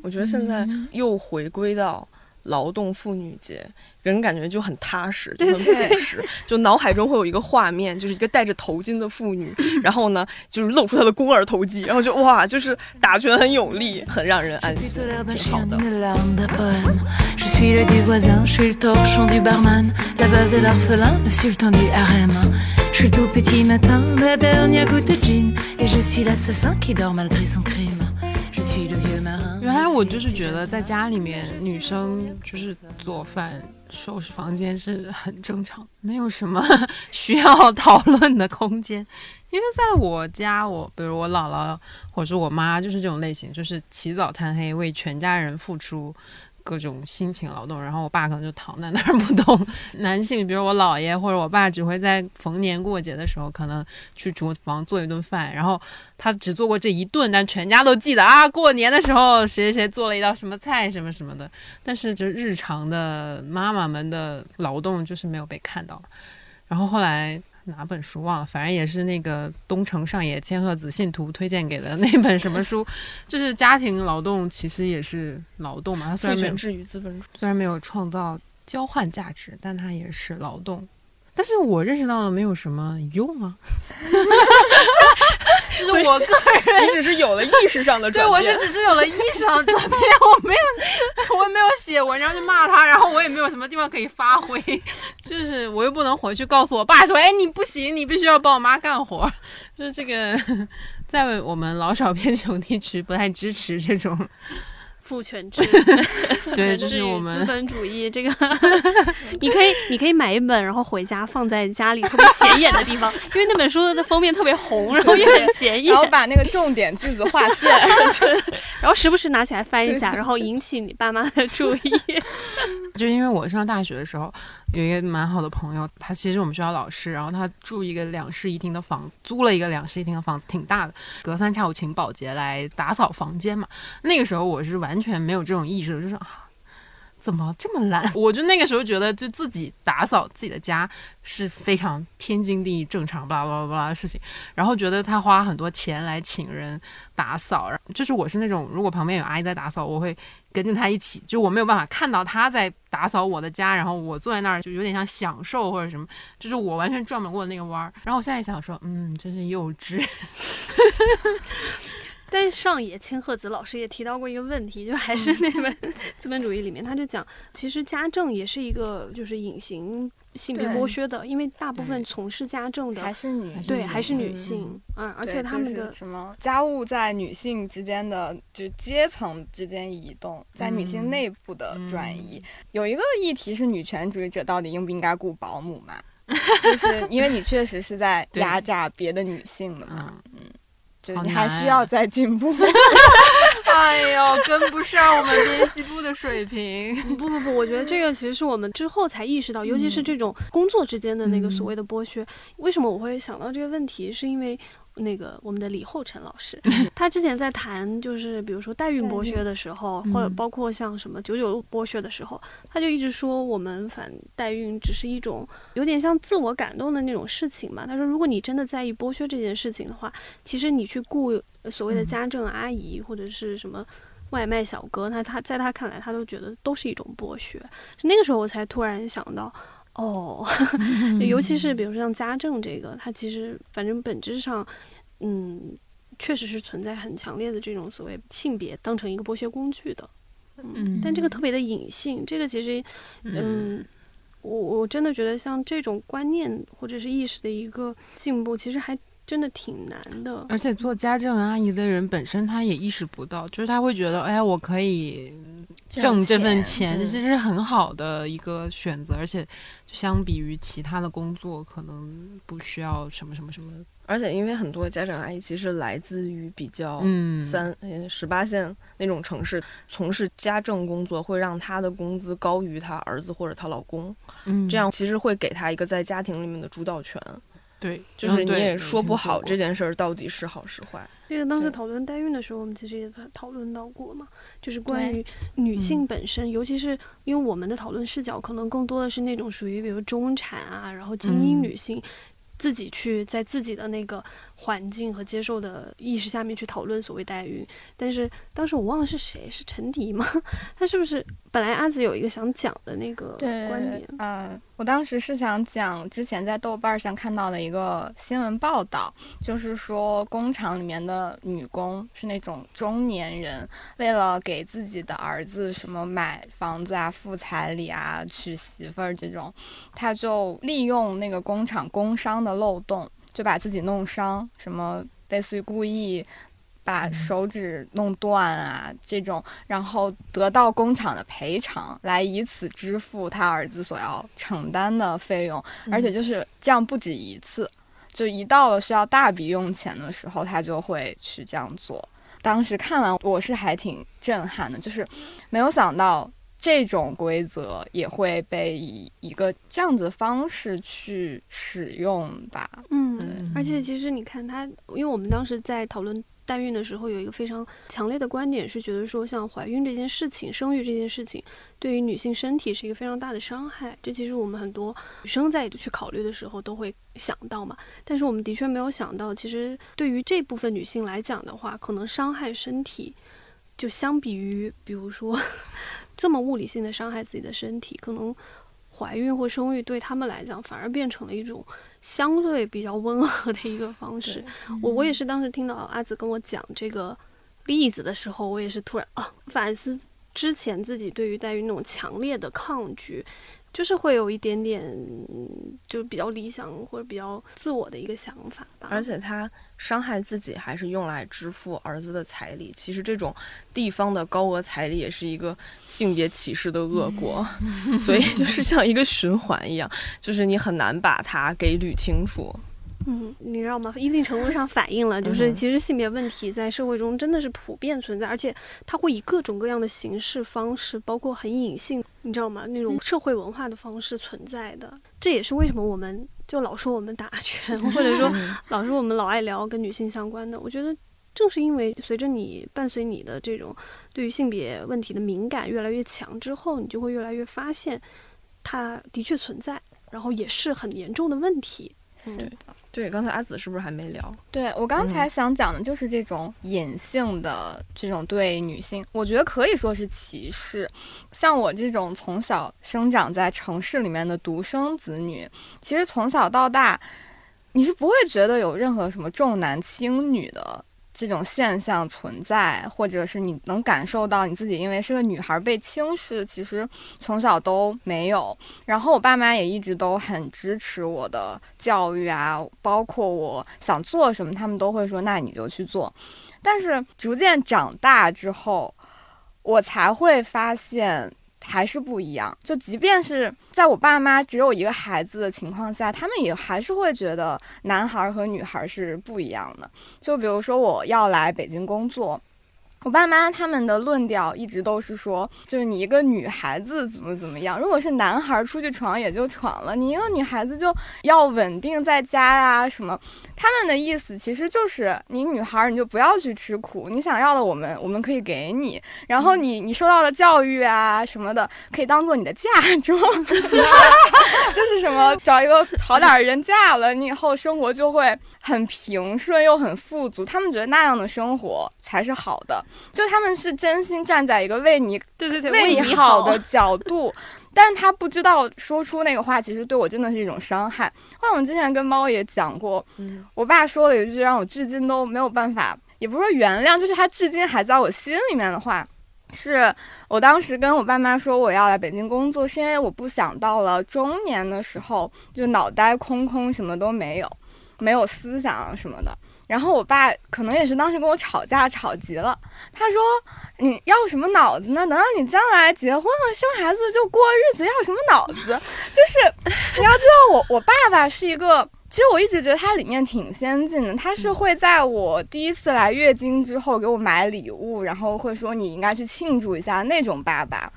[SPEAKER 2] 我觉得现在又回归到劳动妇女节，人感觉就很踏实，就很
[SPEAKER 4] 对
[SPEAKER 2] 朴实，就脑海中会有一个画面，就是一个戴着头巾的妇女，然后呢，就是露出她的肱二头肌，然后就哇，就是打拳很有力，很让人安
[SPEAKER 1] suis
[SPEAKER 2] 心
[SPEAKER 1] de l'air，d'un
[SPEAKER 2] 挺好
[SPEAKER 1] chien,
[SPEAKER 2] 的。
[SPEAKER 1] de larmes d'un poème. Je suis le du voisin, je suis le torchon du barman, la veuve et l'orphelin, le sultan du harem. Je suis tout petit matin, la dernière goutte de gin, et je suis l'assassin qui dort malgré son crime. Je suis le vieux marin.
[SPEAKER 5] 原来我就是觉得在家里面，女生就是做饭、收拾房间是很正常，没有什么 需要讨论的空间。因为在我家，我比如我姥姥或者是我妈，就是这种类型，就是起早贪黑为全家人付出各种辛勤劳动，然后我爸可能就躺在那儿不动。 男性，比如我姥爷或者我爸，只会在逢年过节的时候可能去厨房做一顿饭，然后他只做过这一顿，但全家都记得啊，过年的时候谁谁谁做了一道什么菜什么什么的。但是就是日常的妈妈们的劳动就是没有被看到。然后后来哪本书忘了，反正也是那个东城上野千鹤子信徒推荐给的那本什么书， 就是家庭劳动其实也是劳动嘛，它虽
[SPEAKER 2] 父
[SPEAKER 5] 然没有
[SPEAKER 2] 权制与资本主义，
[SPEAKER 5] 虽然没有创造交换价值，但它也是劳 动。但是我认识到了没有什么用啊，就是我个人。
[SPEAKER 2] 你只是有了意识上的
[SPEAKER 5] 对，
[SPEAKER 2] 转
[SPEAKER 5] 我
[SPEAKER 2] 变
[SPEAKER 5] 就。只是有了意识上的转变，我没有，我没有写文章去骂他，然后我也没有什么地方可以发挥，就是我又不能回去告诉我爸说，哎，你不行，你必须要帮我妈干活，就是这个， 在我们老少 边穷地区不太支持这种，
[SPEAKER 3] 父权制，
[SPEAKER 5] 对，
[SPEAKER 3] 甚
[SPEAKER 5] 就
[SPEAKER 3] 至
[SPEAKER 5] 是
[SPEAKER 3] 于
[SPEAKER 5] 我
[SPEAKER 3] 资
[SPEAKER 5] 们
[SPEAKER 3] 本主义这个，你可以你可以买一本，然后回家放在家里特别显眼的地方，因为那本书的封面特别红，然后也很显眼
[SPEAKER 4] 然，后把那个重点句子划线。
[SPEAKER 3] 然后时不时拿起来翻一下，然后引起你爸妈的注意。
[SPEAKER 5] 就因为我上大学的时候有一个蛮好的朋友，他其实是我们学校老师，然后他住一个两室一厅的房子，租了一个两室一厅的房子，挺大的，隔三差五请保洁来打扫房间嘛。那个时候我是完全没有这种意识的，就是啊。怎么这么懒？ 我就那个时候觉得，就自己打扫自己的家是非常天经地义、正常巴拉巴拉巴拉的事情。然后觉得他花很多钱来请人打扫，然后就是我是那种如果旁边有阿姨在打扫，我会跟着他一起，就我没有办法看到他在打扫我的家，然后我坐在那儿就有点像享受或者什么，就是我完全转不过那个弯儿。然后我现在想说，嗯，真是幼稚。
[SPEAKER 3] 但是上野千鹤子老师也提到过一个问题，就还是那本《资本主义》里面，他就讲，其实家政也是一个就是隐形性别
[SPEAKER 4] 对
[SPEAKER 3] 剥削的，因为大部分
[SPEAKER 5] 对
[SPEAKER 3] 从事家政的
[SPEAKER 4] 还是女
[SPEAKER 5] 还是
[SPEAKER 3] 对
[SPEAKER 5] 女
[SPEAKER 3] 还是
[SPEAKER 5] 性
[SPEAKER 3] 女性，嗯，而
[SPEAKER 4] 对
[SPEAKER 3] 且他
[SPEAKER 4] 就
[SPEAKER 3] 们
[SPEAKER 4] 是
[SPEAKER 3] 的
[SPEAKER 4] 什么家务在女性之间的就阶层之间移动，在女
[SPEAKER 3] 嗯
[SPEAKER 4] 性内部的转移，有一个议题是女权主义者到底应不应该雇保姆 嘛？就是因为你确实是在
[SPEAKER 5] 对
[SPEAKER 4] 压榨别的女性的嘛，
[SPEAKER 5] 嗯，
[SPEAKER 4] 就
[SPEAKER 5] 好
[SPEAKER 4] 你还
[SPEAKER 5] 难
[SPEAKER 4] 需要再进步。
[SPEAKER 5] 哎呦，跟不上我们编辑部的水平。
[SPEAKER 3] 不不不，我觉得这个其实是我们之后才意识到，尤其是这种工作之间的那个所谓的剥削。为什么我会想到这个问题？是因为那个我们的李厚辰老 师，他之前在谈就是比如说代孕剥削的时候，或者
[SPEAKER 5] 嗯
[SPEAKER 3] 包括像什么九九六剥削的时候，他就一直说我们反代孕只是一种有点像自我感动的那种事情嘛。他说，如果你真的在意剥削这件事情的话，其实你去雇呃所谓的家政阿姨或者是什么外卖小哥，那他在他看来，他都觉得都是一种剥削。那个时候我才突然想到，哦， 尤其是比如说像家政这个，它其实反正本质上，嗯，确实是存在很强烈的这种所谓性别当成一个剥削工具的。
[SPEAKER 5] 嗯
[SPEAKER 3] 但这个特别的隐性，这个其实，嗯，我我真的觉得像这种观念或者是意识的一个进步，其实还真的挺难的。
[SPEAKER 5] 而且做家政阿姨的人本身他也意识不到，就是他会觉得，哎呀，我可以挣这份钱，嗯这是很好的一个选择，而且就相比于其他的工作，可能不需要什么什么什么，
[SPEAKER 2] 而且因为很多家长阿姨其实来自于比较
[SPEAKER 5] 嗯，
[SPEAKER 2] 三呃十八线那种城市，从事家政工作会让她的工资高于她儿子或者她老公，
[SPEAKER 5] 嗯，
[SPEAKER 2] 这样其实会给她一个在家庭里面的主导权，
[SPEAKER 5] 对，
[SPEAKER 2] 就是
[SPEAKER 5] 嗯
[SPEAKER 2] 你
[SPEAKER 5] 对
[SPEAKER 2] 也
[SPEAKER 5] 我
[SPEAKER 2] 说
[SPEAKER 5] 听
[SPEAKER 2] 不
[SPEAKER 5] 说
[SPEAKER 2] 好
[SPEAKER 5] 过嗯
[SPEAKER 2] 这件事儿到底是好是坏。
[SPEAKER 3] 这个当时
[SPEAKER 2] 对
[SPEAKER 3] 讨论代孕的时候，我们其实也在讨论到过嘛，就是关于女性本身，尤其是因为我们的讨论视角可能更多的是那种属于比如中产啊，然后精英
[SPEAKER 5] 嗯
[SPEAKER 3] 女性。自己去在自己的那个环境和接受的意识下面去讨论所谓代孕，但是当时我忘了是谁，是陈迪吗？ 他是不是本来阿紫有一个想讲的那个观点？
[SPEAKER 4] 呃，我当时是想讲之前在豆瓣上看到的一个新闻报道，就是说工厂里面的女工是那种中年人，为了给自己的儿子什么买房子啊、付彩礼啊、娶媳妇儿这种，她就利用那个工厂工伤的漏洞，就把自己弄伤，什么类似于故意。
[SPEAKER 3] 嗯
[SPEAKER 4] 把手指弄断啊，这种然后得到工厂的赔偿，来以此支付他儿子所要承担的费用，而且就是这样不止一次，就一到了需要大笔用钱的时候，他就会去这样做。当时看完我是还挺震撼的，就是没有想到这种规则也会被以一个这样子的方式去使用吧。
[SPEAKER 3] 嗯，而且其实你看他，因为我们当时在讨论代孕的时候，有一个非常强烈的观点是觉得说，像怀孕这件事情、生育这件事情，对于女性身体是一个非常大的伤害。这其实我们很多女生在去考虑的时候都会想到嘛，但是我们的确没有想到，其实对于这部分女性来讲的话，可能伤害身体， 就相比于比如说这么物理性的伤害自己的身体，可能。怀孕或生育对他们来讲反而变成了一种相对比较温和的一个方式。我我也是当时听到阿紫跟我讲这个例子的时候，我也是突然啊反思之前自己对于代孕那种强烈的抗拒，就是会有一点点嗯就比较理想或者比较自我的一个想法吧。
[SPEAKER 2] 而且他伤害自己，还是用来支付儿子的彩礼。其实这种地方的高额彩礼也是一个性别歧视的
[SPEAKER 5] 嗯
[SPEAKER 2] 恶果， 所以就是像一个循环一样，就是你很难把它给捋清楚。
[SPEAKER 3] 嗯，你知道吗？一定程度上反映了，就
[SPEAKER 2] 嗯
[SPEAKER 3] 是
[SPEAKER 2] 哼
[SPEAKER 3] 其实性别问题在社会中真的是普遍存在，而且它会以各种各样的形式、方式，包括很隐性，你知道吗？那种社会文化的方式存在的。这也是为什么我们就老说我们打拳，或者说老说我们老爱聊跟女性相关的。我觉得正是因为随着你伴随你的这种对于性别问题的敏感越来越强之后，你就会越来越发现它的确存在，然后也是很严重的问题。嗯
[SPEAKER 4] 对，
[SPEAKER 2] 对，刚才阿紫是不是还没聊？
[SPEAKER 4] 对我刚才想讲的就是这种隐性的这种对女性，我觉得可以说是歧视。像我这种从小生长在城市里面的独生子女，其实从小到大，你是不会觉得有任何什么重男轻女的。这种现象存在，或者是你能感受到你自己因为是个女孩被轻视，其实从小都没有。然后我爸妈也一直都很支持我的教育啊，包括我想做什么，他们都会说那你就去做。但是逐渐长大之后，我才会发现还是不一样。就即便是在我爸妈只有一个孩子的情况下，他们也还是会觉得男孩儿和女孩儿是不一样的。就比如说我要来北京工作。我爸妈他们的论调一直都是说，就是你一个女孩子怎么怎么样，如果是男孩儿出去闯也就闯了，你一个女孩子就要稳定在家啊什么。他们的意思其实就是，你女孩儿你就不要去吃苦，你想要的我们我们可以给你，然后你你受到了教育啊什么的，可以当做你的嫁妆，就是什么找一个好点儿人嫁了，你以后生活就会很平顺又很富足。他们觉得那样的生活才是好的，就他们是真心站在一个为你
[SPEAKER 3] 对对对，
[SPEAKER 4] 为
[SPEAKER 3] 你
[SPEAKER 4] 你好的角度，但是他不知道说出那个话，其实对我真的是一种伤害。后来我之前跟猫也讲过，
[SPEAKER 2] 嗯
[SPEAKER 4] 我爸说了一句让我至今都没有办法，也不是说原谅，就是他至今还在我心里面的话。是我当时跟我爸妈说我要来北京工作，是因为我不想到了中年的时候就脑袋空空，什么都没有，没有思想什么的。然后我爸可能也是当时跟我吵架吵急了，他说你要什么脑子呢？等到你将来结婚了、生孩子就过日子，要什么脑子？ 就是你要知道我，我爸爸是一个，其实我一直觉得他里面挺先进的，他是会在我嗯第一次来月经之后给我买礼物，然后会说你应该去庆祝一下那种爸爸。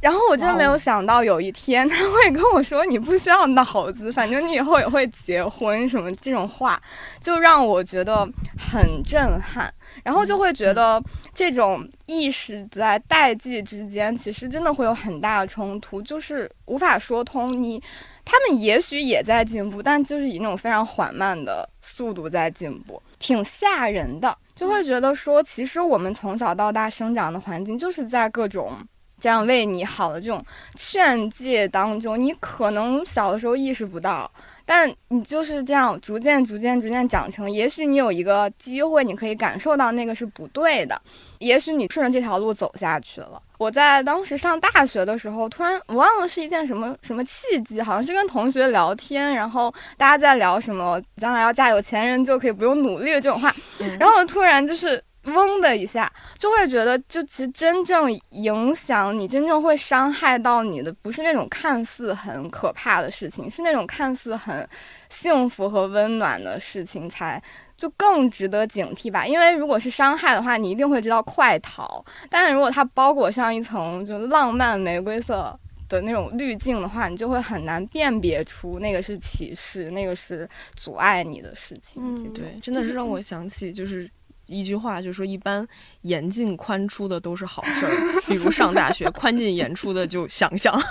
[SPEAKER 4] 然后我真的没有想到有一天他会跟我说你不需要脑子，反正你以后也会结婚什么这种话，就让我觉得很震撼，然后就会觉得这种意识在代际之间，其实真的会有很大的冲突，就是无法说通。你他们也许也在进步，但就是以那种非常缓慢的速度在进步，挺吓人的。就会觉得说，其实我们从小到大生长的环境，就是在各种这样为你好的这种劝诫当中，你可能小的时候意识不到，但你就是这样逐渐、逐渐、逐渐长成。也许你有一个机会，你可以感受到那个是不对的，也许你顺着这条路走下去了。我在当时上大学的时候，突然我忘了是一件什么什么契机，好像是跟同学聊天，然后大家在聊什么将来要嫁有钱人就可以不用努力了这种话，然后突然就是嗡的一下，就会觉得，就其实真正影响你、真正会伤害到你的，不是那种看似很可怕的事情，是那种看似很幸福和温暖的事情才。就更值得警惕吧，因为如果是伤害的话，你一定会知道快逃；但是如果它包裹上一层就浪漫玫瑰色的那种滤镜的话，你就会很难辨别出那个是歧视，那个是阻碍你的事情。
[SPEAKER 3] 嗯
[SPEAKER 4] 这种
[SPEAKER 2] 对，真的是让 我想起就是一句话，就是说一般严进宽出的都是好事 儿，比如上大学，宽进严出的就想想。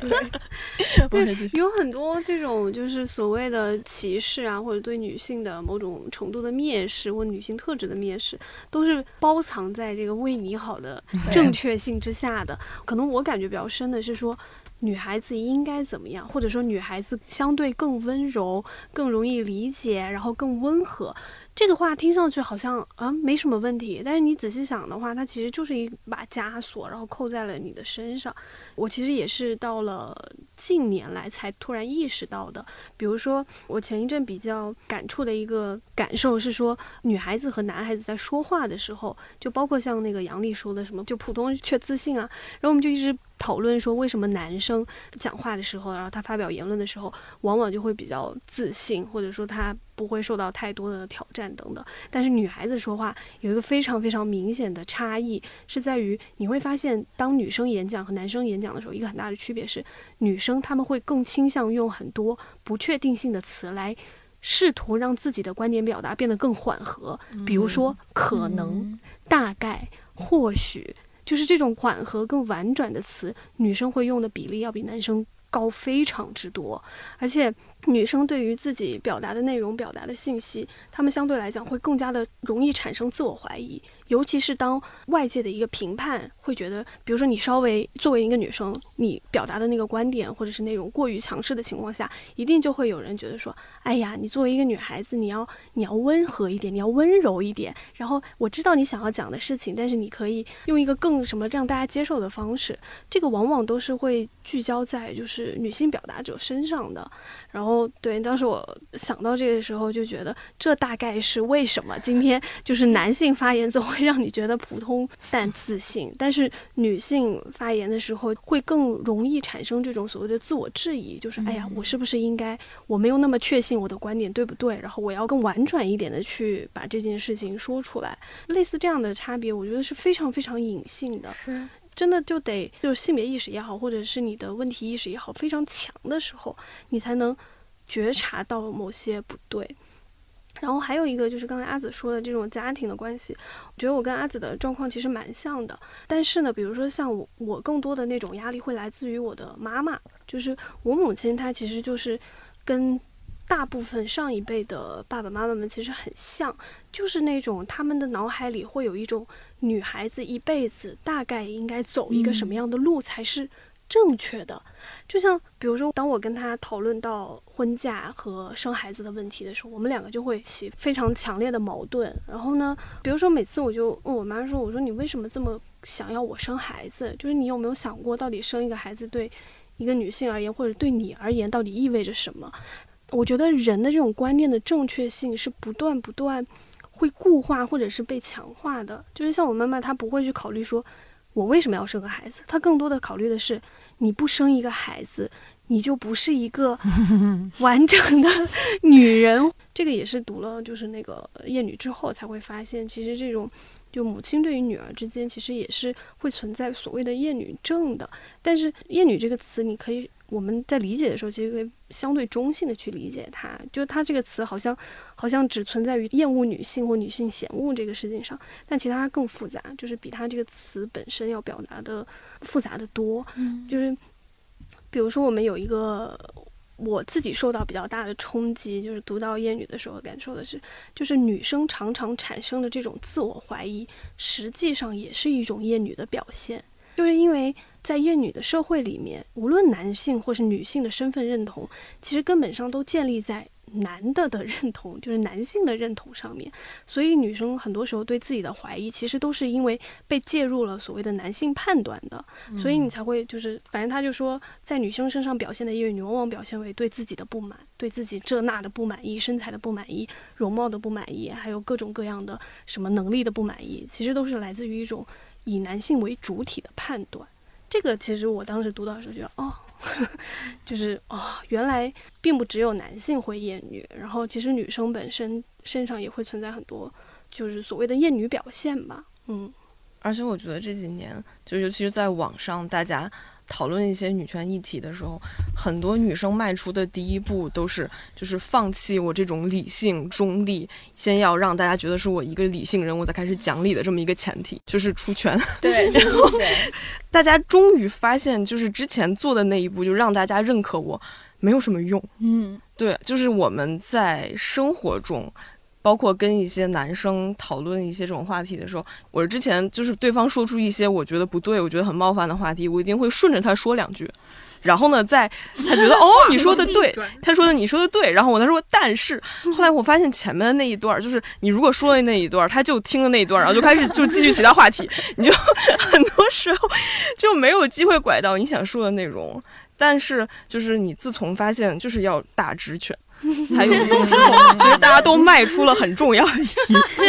[SPEAKER 2] 对，我也就是
[SPEAKER 3] 有很多这种就是所谓的歧视啊，或者对女性的某种程度的蔑视或女性特质的蔑视，都是包藏在这个为你好的正确性之下的。可能我感觉比较深的是说，女孩子应该怎么样，或者说女孩子相对更温柔、更容易理解，然后更温和。这个话听上去好像啊没什么问题，但是你仔细想的话，它其实就是一把枷锁，然后扣在了你的身上。我其实也是到了近年来才突然意识到的。比如说，我前一阵比较感触的一个感受是说，女孩子和男孩子在说话的时候，就包括像那个杨笠说的什么，就普通却自信啊，然后我们就一直讨论说，为什么男生讲话的时候，然后他发表言论的时候，往往就会比较自信，或者说他不会受到太多的挑战等等。但是女孩子说话有一个非常非常明显的差异，是在于你会发现，当女生演讲和男生演讲的时候，一个很大的区别是，女生她们会更倾向用很多不确定性的词来。试图让自己的观点表达变得更缓和，比如说可能、
[SPEAKER 1] 嗯
[SPEAKER 3] 大概、或许，就是这种缓和、更婉转的词，女生会用的比例要比男生高非常之多。而且，女生对于自己表达的内容、表达的信息，她们相对来讲会更加的容易产生自我怀疑，尤其是当外界的一个评判会觉得，比如说你稍微作为一个女生，你表达的那个观点或者是内容过于强势的情况下，一定就会有人觉得说，哎呀，你作为一个女孩子，你要你要温和一点，你要温柔一点。然后我知道你想要讲的事情，但是你可以用一个更什么让大家接受的方式。这个往往都是会聚焦在就是女性表达者身上的。然后对，当时我想到这个时候就觉得，这大概是为什么今天就是男性发言总会让你觉得普通但自信，但是女性发言的时候会更容易产生这种所谓的自我质疑，就是哎呀，我是不是应该我没有那么确信我的观点对不对，然后我要更婉转一点的去把这件事情说出来，类似这样的差别，我觉得是非常非常隐性的。
[SPEAKER 4] 是
[SPEAKER 3] 真的就得就是性别意识也好，或者是你的问题意识也好，非常强的时候，你才能觉察到某些不对。然后还有一个就是刚才阿紫说的这种家庭的关系，我觉得我跟阿紫的状况其实蛮像的。但是呢，比如说像我，我更多的那种压力会来自于我的妈妈，就是我母亲，她其实就是跟大部分上一辈的爸爸妈妈们其实很像，就是那种他们的脑海里会有一种女孩子一辈子大概应该走一个什么样的路才是正确的。就像比如说，当我跟他讨论到婚嫁和生孩子的问题的时候，我们两个就会起非常强烈的矛盾。然后呢，比如说每次我就问我妈说：“我说你为什么这么想要我生孩子？就是你有没有想过，到底生一个孩子对一个女性而言，或者对你而言，到底意味着什么？”我觉得人的这种观念的正确性是不断不断会固化或者是被强化的。就是像我妈妈，她不会去考虑说我为什么要生个孩子，她更多的考虑的是你不生一个孩子，你就不是一个完整的女人。这个也是读了就是那个《夜女》之后才会发现，其实这种就母亲对于女儿之间，其实也是会存在所谓的厌女症的。但是“厌女”这个词，你可以我们在理解的时候，其实可以相对中性的去理解它，就是它这个词好像好像只存在于厌恶女性或女性嫌恶这个事情上，但其实它更复杂，就是比它这个词本身要表达的复杂的多。就是比如说我们有一个。我自己受到比较大的冲击，就是读到《厌女》的时候，感受的是，就是女生常常产生的这种自我怀疑，实际上也是一种厌女的表现。就是因为在厌女的社会里面，无论男性或是女性的身份认同，其实根本上都建立在男的的认同，就是男性的认同上面。所以女生很多时候对自己的怀疑，其实都是因为被介入了所谓的男性判断的，所以你才会就是，反正他就说，在女生身上表现的厌女，往往表现为对自己的不满，对自己这那的不满意，身材的不满意，容貌的不满意，还有各种各样的什么能力的不满意，其实都是来自于一种以男性为主体的判断。这个其实我当时读到的时候觉得，哦， 就是哦，原来并不只有男性会厌女，然后其实女生本身身上也会存在很多，就是所谓的厌女表现吧。嗯，
[SPEAKER 2] 而且我觉得这几年，就尤其是在网上，大家讨论一些女权议题的时候，很多女生迈出的第一步都是，就是放弃我这种理性中立，先要让大家觉得是我一个理性人，我才开始讲理的这么一个前提，就是出拳。
[SPEAKER 4] 对，然后对
[SPEAKER 2] 大家终于发现，就是之前做的那一步，就让大家认可我，没有什么用。
[SPEAKER 4] 嗯，
[SPEAKER 2] 对，就是我们在生活中，包括跟一些男生讨论一些这种话题的时候，我之 前就是对方说出一些我觉得不对、我觉得很冒犯的话题，我一定会顺着他说两句，然后呢，在他觉得哦，你 说的对，他说的你说的对，然后我他说但是，后来我发现前面的那一段儿就是你如果说了那一段儿，他就听了那一段儿，然后就开始就继续其他话题，你就很多时候就没有机会拐到你想说的内容。但是就是你自从发现就是要打直拳。才有用之后，其实大家都迈出了很重要的一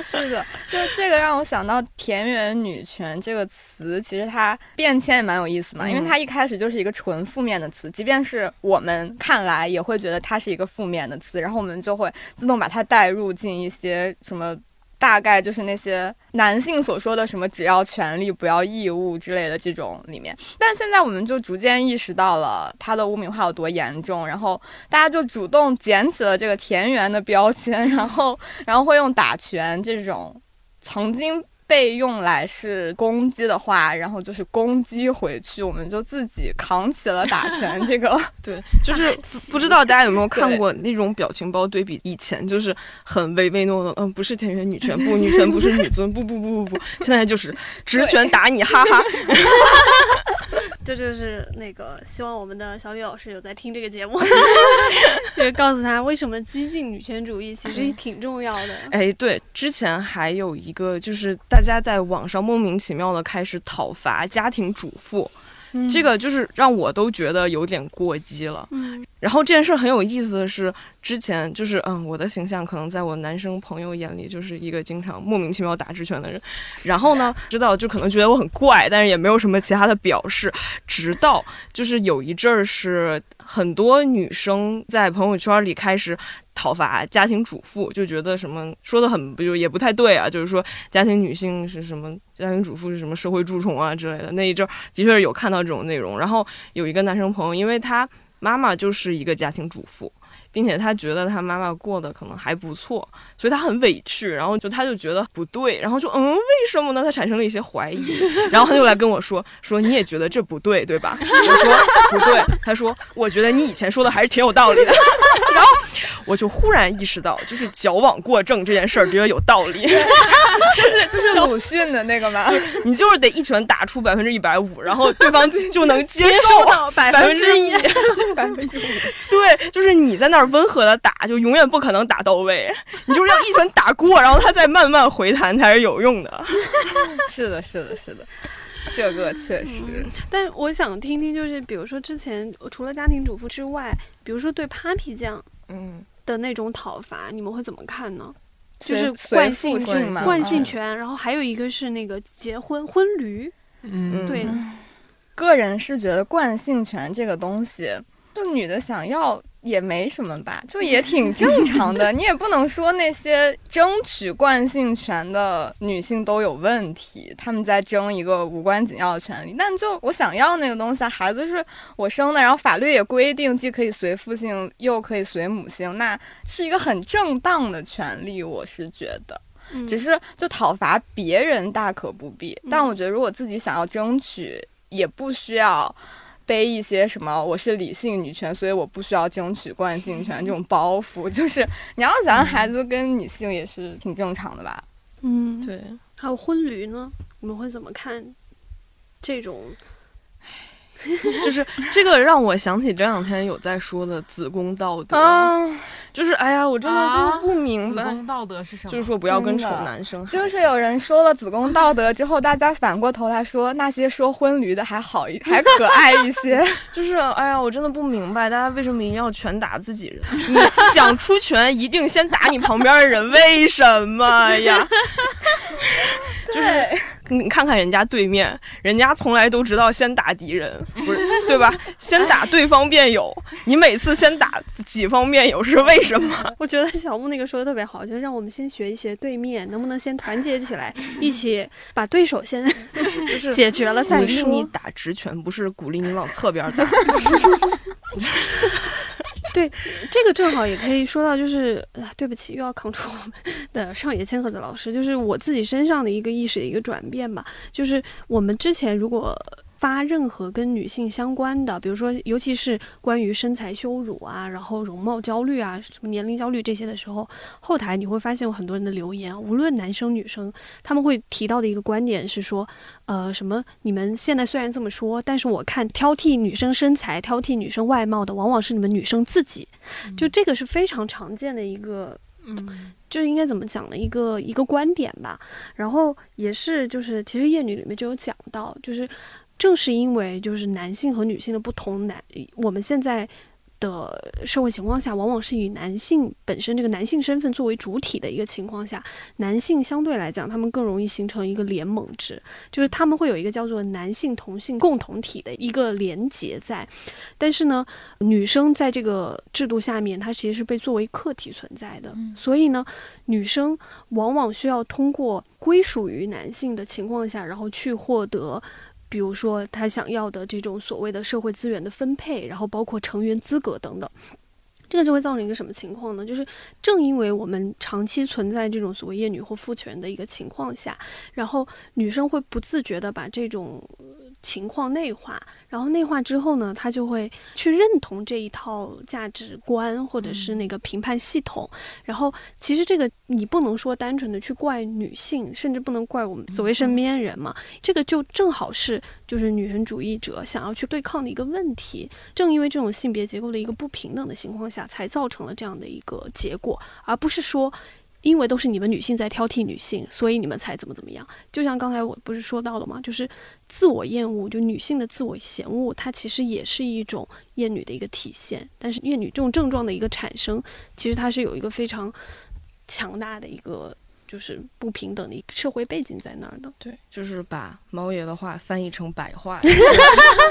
[SPEAKER 4] 是的，就这个让我想到“田园女权”这个词，其实它变迁也蛮有意思嘛，因为它一开始就是一个纯负面的词，即便是我们看来也会觉得它是一个负面的词，然后我们就会自动把它带入进一些什么。大概就是那些男性所说的什么“只要权利不要义务”之类的这种里面，但现在我们就逐渐意识到了它的污名化有多严重，然后大家就主动捡起了这个田园的标签，然后然后会用打拳这种曾经被用来是攻击的话，然后就是攻击回去，我们就自己扛起了打拳 这个。
[SPEAKER 2] 对，就是不不知道大家有没有看过那种表情包对比，以前就是很唯唯 诺诺，嗯，不是田园女权，不，女权不是女尊，不不不 不不，现在就是直拳打你，哈哈。
[SPEAKER 3] 这就是那个，希望我们的小李老师有在听这个节目， 就是告诉他为什么激进女权主义其实挺重要的。
[SPEAKER 2] 哎，对，之前还有一个就是大家在网上莫名其妙的开始讨伐家庭主妇，这个就是让我都觉得有点过激了。
[SPEAKER 3] 嗯，
[SPEAKER 2] 然后这件事很有意思的是，之前就是嗯，我的形象可能在我男生朋友眼里就是一个经常莫名其妙打直拳的人，然后呢，知道就可能觉得我很怪，但是也没有什么其他的表示。直到就是有一阵儿是很多女生在朋友圈里开始讨伐家庭主妇，就觉得什么说的很不就也不太对啊，就是说家庭女性是什么，家庭主妇是什么社会蛀虫啊之类的。那一阵儿的确是有看到这种内容。然后有一个男生朋友，因为他妈妈就是一个家庭主妇，并且他觉得他妈妈过得可能还不错，所以他很委屈，然后就他就觉得不对，然后就嗯，为什么呢？他产生了一些怀疑，然后他就来跟我说说你也觉得这不对对吧？我说不对，他说我觉得你以前说的还是挺有道理的， 然后我就忽然意识到，就是矫枉过正这件事儿觉得有道理，
[SPEAKER 4] 就是就是鲁迅的那个嘛，
[SPEAKER 3] 哎
[SPEAKER 2] 你就是得一拳打出百分之一百五，然后对方就能接受
[SPEAKER 3] 受到百
[SPEAKER 2] 百分
[SPEAKER 3] 之
[SPEAKER 2] 之
[SPEAKER 3] 一
[SPEAKER 2] 一。
[SPEAKER 4] 百分之五。
[SPEAKER 2] 对，就是你在那儿温和的打，就永远不可能打到位，你就是要一拳打过， 然后它再慢慢回弹才是有用的。
[SPEAKER 4] 是的，是的，是的，这个确实。
[SPEAKER 3] 但我想听听，就是比如说之前除了家庭主妇之外，比如说对 Papi 酱
[SPEAKER 2] 嗯，
[SPEAKER 3] 的那种讨伐，你们会怎么看呢？就
[SPEAKER 4] 随
[SPEAKER 3] 是
[SPEAKER 4] 随
[SPEAKER 3] 惯
[SPEAKER 4] 父
[SPEAKER 3] 性
[SPEAKER 4] 性
[SPEAKER 3] 权
[SPEAKER 4] 嘛
[SPEAKER 3] 惯性
[SPEAKER 4] 嗯
[SPEAKER 3] 权，然后还有一个是那个结婚婚驴，
[SPEAKER 5] 嗯，
[SPEAKER 3] 对，
[SPEAKER 4] 个人是觉得惯性权这个东西，就女的想要也没什么吧，就也挺正常的。你也不能说那些争取惯性权的女性都有问题，她们在争一个无关紧要的权利。但就我想要那个东西啊，孩子是我生的，然后法律也规定既可以随父姓，又可以随母姓，那是一个很正当的权利，我是觉得。
[SPEAKER 3] 嗯
[SPEAKER 4] 只是就讨伐别人大可不必。但我觉得如果自己想要争取，也不需要背一些什么我是理性女权，所以我不需要争取惯性权这种包袱。 就是你要想让孩子跟你姓也是挺正常的吧。
[SPEAKER 3] 嗯，
[SPEAKER 2] 对，
[SPEAKER 3] 还有婚驴呢，你们会怎么看这种？
[SPEAKER 2] 就是这个让我想起这两天有在说的子宫道德，
[SPEAKER 4] 啊，
[SPEAKER 2] 就是哎呀，我真的就是不明
[SPEAKER 5] 子
[SPEAKER 2] 白，
[SPEAKER 5] 宫嗯道德是什么？
[SPEAKER 2] 就是说不要跟
[SPEAKER 4] 真
[SPEAKER 2] 丑
[SPEAKER 4] 的
[SPEAKER 2] 男生孩子，
[SPEAKER 4] 就是有人说了子宫道德之后，大家反过头来说那些说婚驴的还好一，还可爱一 些。
[SPEAKER 2] 就是哎呀，我真的不明白大家为什么一定要拳打自己人，你想出拳一定先打你旁边的人，为什么呀？
[SPEAKER 4] 就是
[SPEAKER 2] 你看看人家对面，人家从来都知道先打敌人，不是对吧？先打对方辩友，你每次先打己方辩友是为什么？
[SPEAKER 3] 我觉得小木那个说的特别好，就是让我们先学一学对面，能不能先团结起来，一起把对手先
[SPEAKER 2] 就是
[SPEAKER 3] 解决了
[SPEAKER 2] 鼓
[SPEAKER 3] 再
[SPEAKER 2] 励
[SPEAKER 3] 说。
[SPEAKER 2] 你打直拳，不是鼓励你往侧边打。
[SPEAKER 3] 这个正好也可以说到，就是呃，对不起，又要扛住我们的上野千鹤子老师，就是我自己身上的一个意识的一个转变吧。就是我们之前如果发任何跟女性相关的，比如说尤其是关于身材羞辱啊，然后容貌焦虑啊，什么年龄焦虑这些的时候，后台你会发现有很多人的留言，无论男生女生，他们会提到的一个观点是说，呃，什么你们现在虽然这么说，但是我看挑剔女生身材、挑剔女生外貌的，往往是你们女生自己，就这个是非常常见的一个
[SPEAKER 5] 嗯，
[SPEAKER 3] 就是应该怎么讲的一个一个观点吧。然后也是就是，其实《夜女》里面就有讲到，就是正是因为就是男性和女性的不同，男我们现在。的社会情况下，往往是以男性本身这个男性身份作为主体的一个情况下，男性相对来讲，他们更容易形成一个联盟制，就是他们会有一个叫做男性同性共同体的一个连结在。但是呢，女生在这个制度下面，她其实是被作为客体存在的，
[SPEAKER 4] 嗯
[SPEAKER 3] 所以呢，女生往往需要通过归属于男性的情况下，然后去获得。比如说，她想要的这种所谓的社会资源的分配，然后包括成员资格等等，这个就会造成一个什么情况呢？就是正因为我们长期存在这种所谓厌女或父权的一个情况下，然后女生会不自觉的把这种呃情况内化，然后内化之后呢，她就会去认同这一套价值观或者是那个评判系统，然后其实这个你不能说单纯的去怪女性，甚至不能怪我们所谓身边人嘛，这个就正好是就是女权主义者想要去对抗的一个问题。正因为这种性别结构的一个不平等的情况下，才造成了这样的一个结果，而不是说。因为都是你们女性在挑剔女性，所以你们才怎么怎么样。就像刚才我不是说到了嘛，就是自我厌恶，就女性的自我嫌恶，它其实也是一种厌女的一个体现。但是厌女这种症状的一个产生，其实它是有一个非常强大的一个就是不平等的一个社会背景在那儿的。
[SPEAKER 2] 对，就是把毛爷的话翻译成白 话，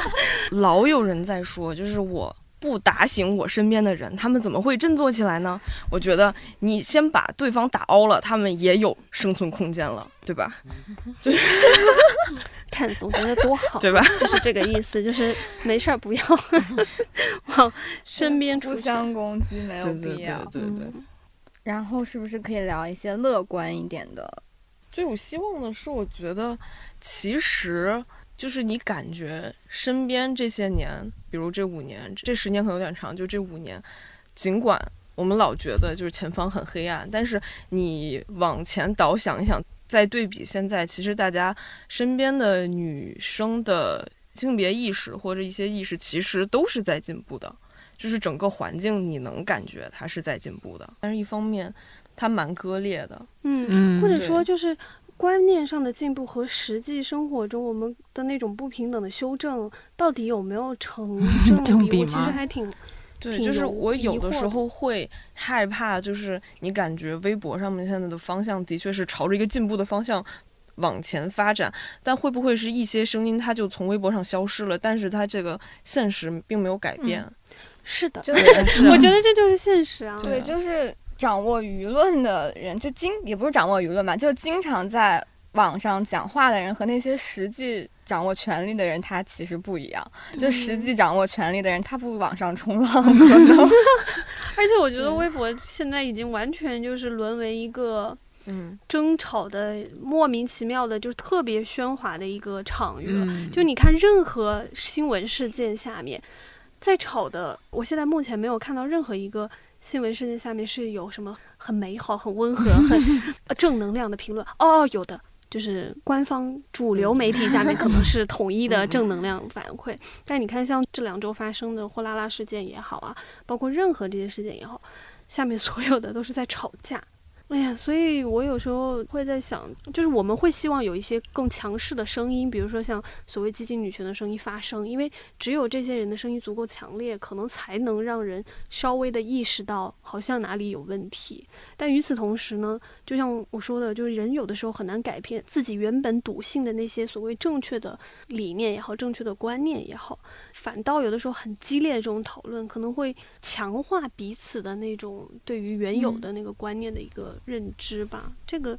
[SPEAKER 2] 老有人在说，就是我不打醒我身边的人，他们怎么会振作起来呢？我觉得你先把对方打凹了，他们也有生存空间了，对吧？
[SPEAKER 3] 看，总结的多
[SPEAKER 4] 哦
[SPEAKER 3] 好，
[SPEAKER 2] 对吧？
[SPEAKER 3] 就是这个意思，就是没事儿不要往身边出
[SPEAKER 4] 互相攻击没有
[SPEAKER 2] 对对
[SPEAKER 4] 必
[SPEAKER 2] 对
[SPEAKER 4] 要。
[SPEAKER 2] 对对。
[SPEAKER 4] 然后是不是可以聊一些乐观一点的？
[SPEAKER 2] 最有希望的是，我觉得其实就是你感觉身边这些年，比如这五年，这十年可能有点长，就这五年，尽管我们老觉得就是前方很黑暗，但是你往前倒想一想，再对比现在，其实大家身边的女生的性别意识或者一些意识，其实都是在进步的。就是整个环境，你能感觉它是在进步的，但是一方面，它蛮割裂的。
[SPEAKER 3] 嗯，
[SPEAKER 5] 嗯
[SPEAKER 3] 或者
[SPEAKER 2] 对
[SPEAKER 3] 说就是观念上的进步和实际生活中我们的那种不平等的修正，到底有没有成
[SPEAKER 5] 正
[SPEAKER 3] 正比？
[SPEAKER 5] 比
[SPEAKER 3] 我其实
[SPEAKER 5] 吗
[SPEAKER 3] 还挺
[SPEAKER 2] 对，
[SPEAKER 3] 挺
[SPEAKER 2] 就是
[SPEAKER 3] 有
[SPEAKER 2] 我有
[SPEAKER 3] 疑
[SPEAKER 2] 的
[SPEAKER 3] 惑
[SPEAKER 2] 时
[SPEAKER 3] 的
[SPEAKER 2] 候会害怕，就是你感觉微博上面现在的方向的确是朝着一个进步的方向往前发展，但会不会是一些声音它就从微博上消失了，但是它这个现实并没有改变？
[SPEAKER 3] 是 的，
[SPEAKER 4] 就是
[SPEAKER 3] 我觉得这就是现实啊。
[SPEAKER 2] 对
[SPEAKER 4] 对，就是掌握舆论的人，就经也不是掌握舆论吧，就经常在网上讲话的人和那些实际掌握权力的人，他其实不一样。就实际掌握权力的人，他不往上冲浪，可能
[SPEAKER 3] 而且我觉得微博现在已经完全就是沦为一个。
[SPEAKER 2] 嗯，
[SPEAKER 3] 争吵的莫名其妙的，就是特别喧哗的一个场域了。
[SPEAKER 5] 嗯
[SPEAKER 3] 就你看，任何新闻事件下面，在吵的，我现在目前没有看到任何一个新闻事件下面是有什么很美好、很温和、很呃正能量的评论。哦，有的。就是官方主流媒体下面可能是统一的正能量反馈，但你看像这两周发生的货拉拉事件也好啊，包括任何这些事件也好，下面所有的都是在吵架。 哎呀，所以我有时候会在想，就是我们会希望有一些更强势的声音，比如说像所谓激进女权的声音发声，因为只有这些人的声音足够强烈，可能才能让人稍微的意识到好像哪里有问题。但与此同时呢，就像我说的，就是人有的时候很难改变自己原本笃信的那些所谓正确的理念也好，正确的观念也好，反倒有的时候很激烈的这种讨论，可能会强化彼此的那种对于原有的那个观念的一个认知吧。这个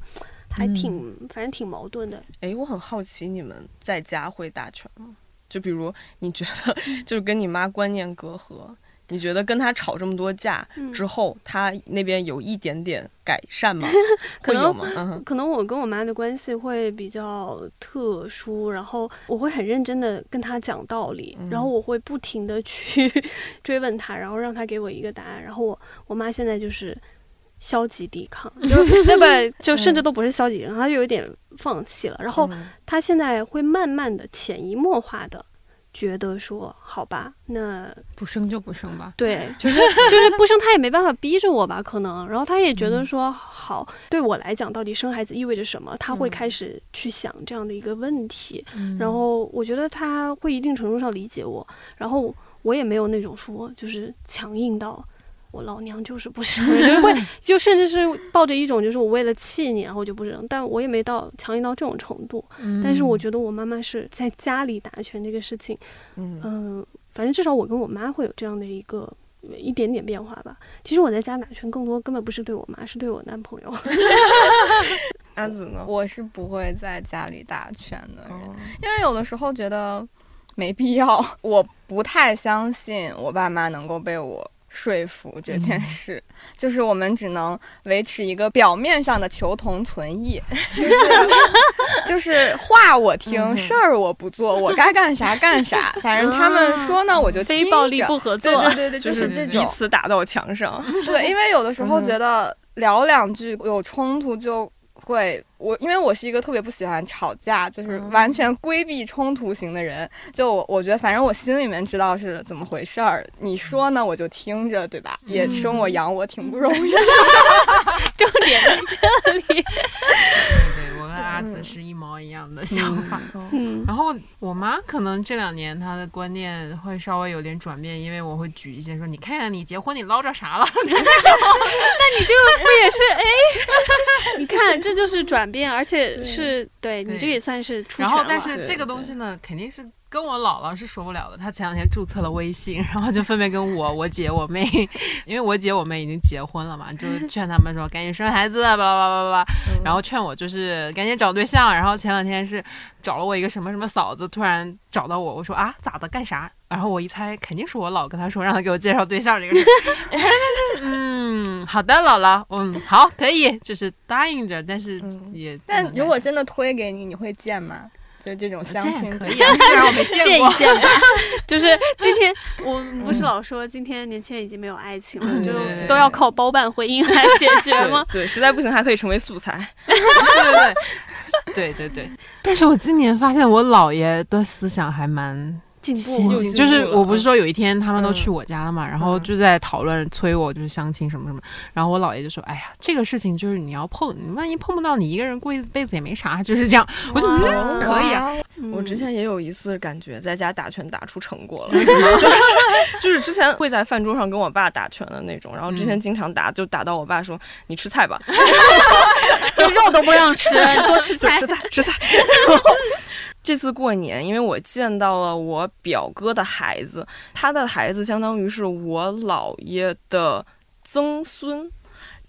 [SPEAKER 3] 还挺，反正挺矛盾的。
[SPEAKER 2] 诶，我很好奇你们
[SPEAKER 3] 嗯
[SPEAKER 2] 在家会打拳吗？就比如你觉得就是跟你妈观念隔阂，你觉得跟他吵这么多架
[SPEAKER 3] 嗯
[SPEAKER 2] 之后，他那边有一点点改善吗？
[SPEAKER 3] 可
[SPEAKER 2] 会有
[SPEAKER 3] 能
[SPEAKER 2] 吗？嗯哼，
[SPEAKER 3] 可能我跟我妈的关系会比较特殊，然后我会很认真的跟她讲道理，然后我会不停的去 追问她，然后让她给我一个答案。然后我我妈现在就是消极抵抗，就是那不就甚至都不是消极，然后她就有点放弃了。然后
[SPEAKER 2] 嗯
[SPEAKER 3] 她现在会慢慢的潜移默化的觉得说，好吧，那
[SPEAKER 7] 不生就不生吧。
[SPEAKER 3] 对，就是就是不生，他也没办法逼着我吧，可能。然后他也觉得说，好，对我来讲，到底生孩子意味着什么？他会开始去想这样的一个问题。然后我觉得他会一定程度上理解我，然后我也没有那种说就是强硬到。我老娘就是不生，就会就甚至是抱着一种就是我为了气你，然后就不生，但我也没到强硬到这种程度。
[SPEAKER 5] 嗯
[SPEAKER 3] 但是我觉得我妈妈是在家里打拳这个事情，
[SPEAKER 2] 嗯
[SPEAKER 3] 嗯，反正至少我跟我妈会有这样的一个呃一点点变化吧。其实我在家打拳更多根本不是对我妈，是对我男朋友。
[SPEAKER 2] 阿紫呢？
[SPEAKER 4] 我是不会在家里打拳的人，
[SPEAKER 2] 哦
[SPEAKER 4] 因为有的时候觉得没必要， 我不太相信我爸妈能够被我说服这件
[SPEAKER 3] 嗯
[SPEAKER 4] 事，就是我们只能维持一个表面上的求同存异，就是 就是话我
[SPEAKER 3] 嗯
[SPEAKER 4] 听，事儿我不做，我该干啥干啥，反正他们说呢我就听
[SPEAKER 3] 啊非暴力
[SPEAKER 4] 着
[SPEAKER 3] 不合
[SPEAKER 4] 对
[SPEAKER 3] 作，
[SPEAKER 4] 对对对，就
[SPEAKER 2] 就是
[SPEAKER 4] 这
[SPEAKER 2] 彼
[SPEAKER 4] 种
[SPEAKER 2] 此打到墙 上，
[SPEAKER 4] 对，因为有的时候觉得聊两句有冲突就会我，因为我是一个特别不喜欢吵架，就是完全规避冲突型的人。就我我觉得，反正我心里面知道是怎么回事儿，你说呢我就听着，对吧？也
[SPEAKER 5] 嗯
[SPEAKER 4] 生我养我挺不容 易的。
[SPEAKER 3] 重点在这里。
[SPEAKER 5] 对，嗯我跟阿紫是一毛一样的想法。
[SPEAKER 3] 嗯，
[SPEAKER 5] 然后我妈可能这两年她的观念会稍微有点转变，因为我会举一些说，你看看你结婚你捞着啥了，
[SPEAKER 3] 你这个不也是哎？ 你看，这就是转变，而且是对你
[SPEAKER 5] 对
[SPEAKER 3] 这个也算是出
[SPEAKER 5] 然后
[SPEAKER 3] 拳，
[SPEAKER 5] 但
[SPEAKER 3] 了
[SPEAKER 5] 是
[SPEAKER 2] 对
[SPEAKER 5] 这个东西呢，肯定是跟我姥姥是说不了的。她前两天注册了微信， 然后就分别跟我、我姐、我妹， 因为我姐、我妹已经结婚 了嘛，就劝他们说赶紧生孩子，啊巴拉巴拉巴拉。
[SPEAKER 2] 嗯
[SPEAKER 5] 然后劝我就是赶紧找对象。然后前两天是找了我一个什么什么嫂子，突然找到我，我说啊咋的干啥？然后我一猜肯定是我姥跟她说让她给我介绍对象这个事。 但是嗯，好的，姥姥，嗯，好，可以，就是答应着，但是
[SPEAKER 2] 嗯
[SPEAKER 5] 也不
[SPEAKER 4] 但
[SPEAKER 5] 能
[SPEAKER 4] 如果
[SPEAKER 5] 干啥
[SPEAKER 4] 真的推给你，你会见吗？就是这种相
[SPEAKER 5] 这样
[SPEAKER 4] 亲
[SPEAKER 5] 可以啊，虽然我没见
[SPEAKER 3] 见
[SPEAKER 5] 过
[SPEAKER 3] 一。 见吧。 就是今天， 我不是老说今天年轻人已经没有爱情了，就
[SPEAKER 5] 对对
[SPEAKER 3] 嗯
[SPEAKER 5] 对
[SPEAKER 3] 都要靠包办婚姻来解决吗？
[SPEAKER 2] 对，实在不行还可以成为素材。
[SPEAKER 5] 对对对对对。但是我今年发现我姥爷的思想还蛮
[SPEAKER 3] 进
[SPEAKER 5] 先
[SPEAKER 3] 步
[SPEAKER 2] 有
[SPEAKER 5] 进，
[SPEAKER 2] 进
[SPEAKER 5] 就是
[SPEAKER 2] 步了
[SPEAKER 5] 我不是说有一天他们都
[SPEAKER 2] 嗯
[SPEAKER 5] 去我家了嘛，然后
[SPEAKER 2] 嗯
[SPEAKER 5] 就在讨论催我就是相亲什么什么，然后我姥爷就说：“哎呀，这个事情就是你要碰，你万一碰不到你一个人过一辈子也没啥，就是这样。”我就嗯可以啊，
[SPEAKER 4] 啊，
[SPEAKER 2] 我之
[SPEAKER 3] 嗯
[SPEAKER 2] 前也有一次感觉在家打拳打出成果了，就是就是之前会在饭桌上跟我爸打拳的那种，然后之
[SPEAKER 3] 嗯
[SPEAKER 2] 前经常打，就打到我爸说你吃菜吧，
[SPEAKER 3] 就肉都不让吃，多吃
[SPEAKER 2] 就
[SPEAKER 3] 菜
[SPEAKER 2] 吃。 菜吃菜。 然后这次过年，因为我见到了我表哥的孩子，他的孩子相当于是我姥爷的曾孙。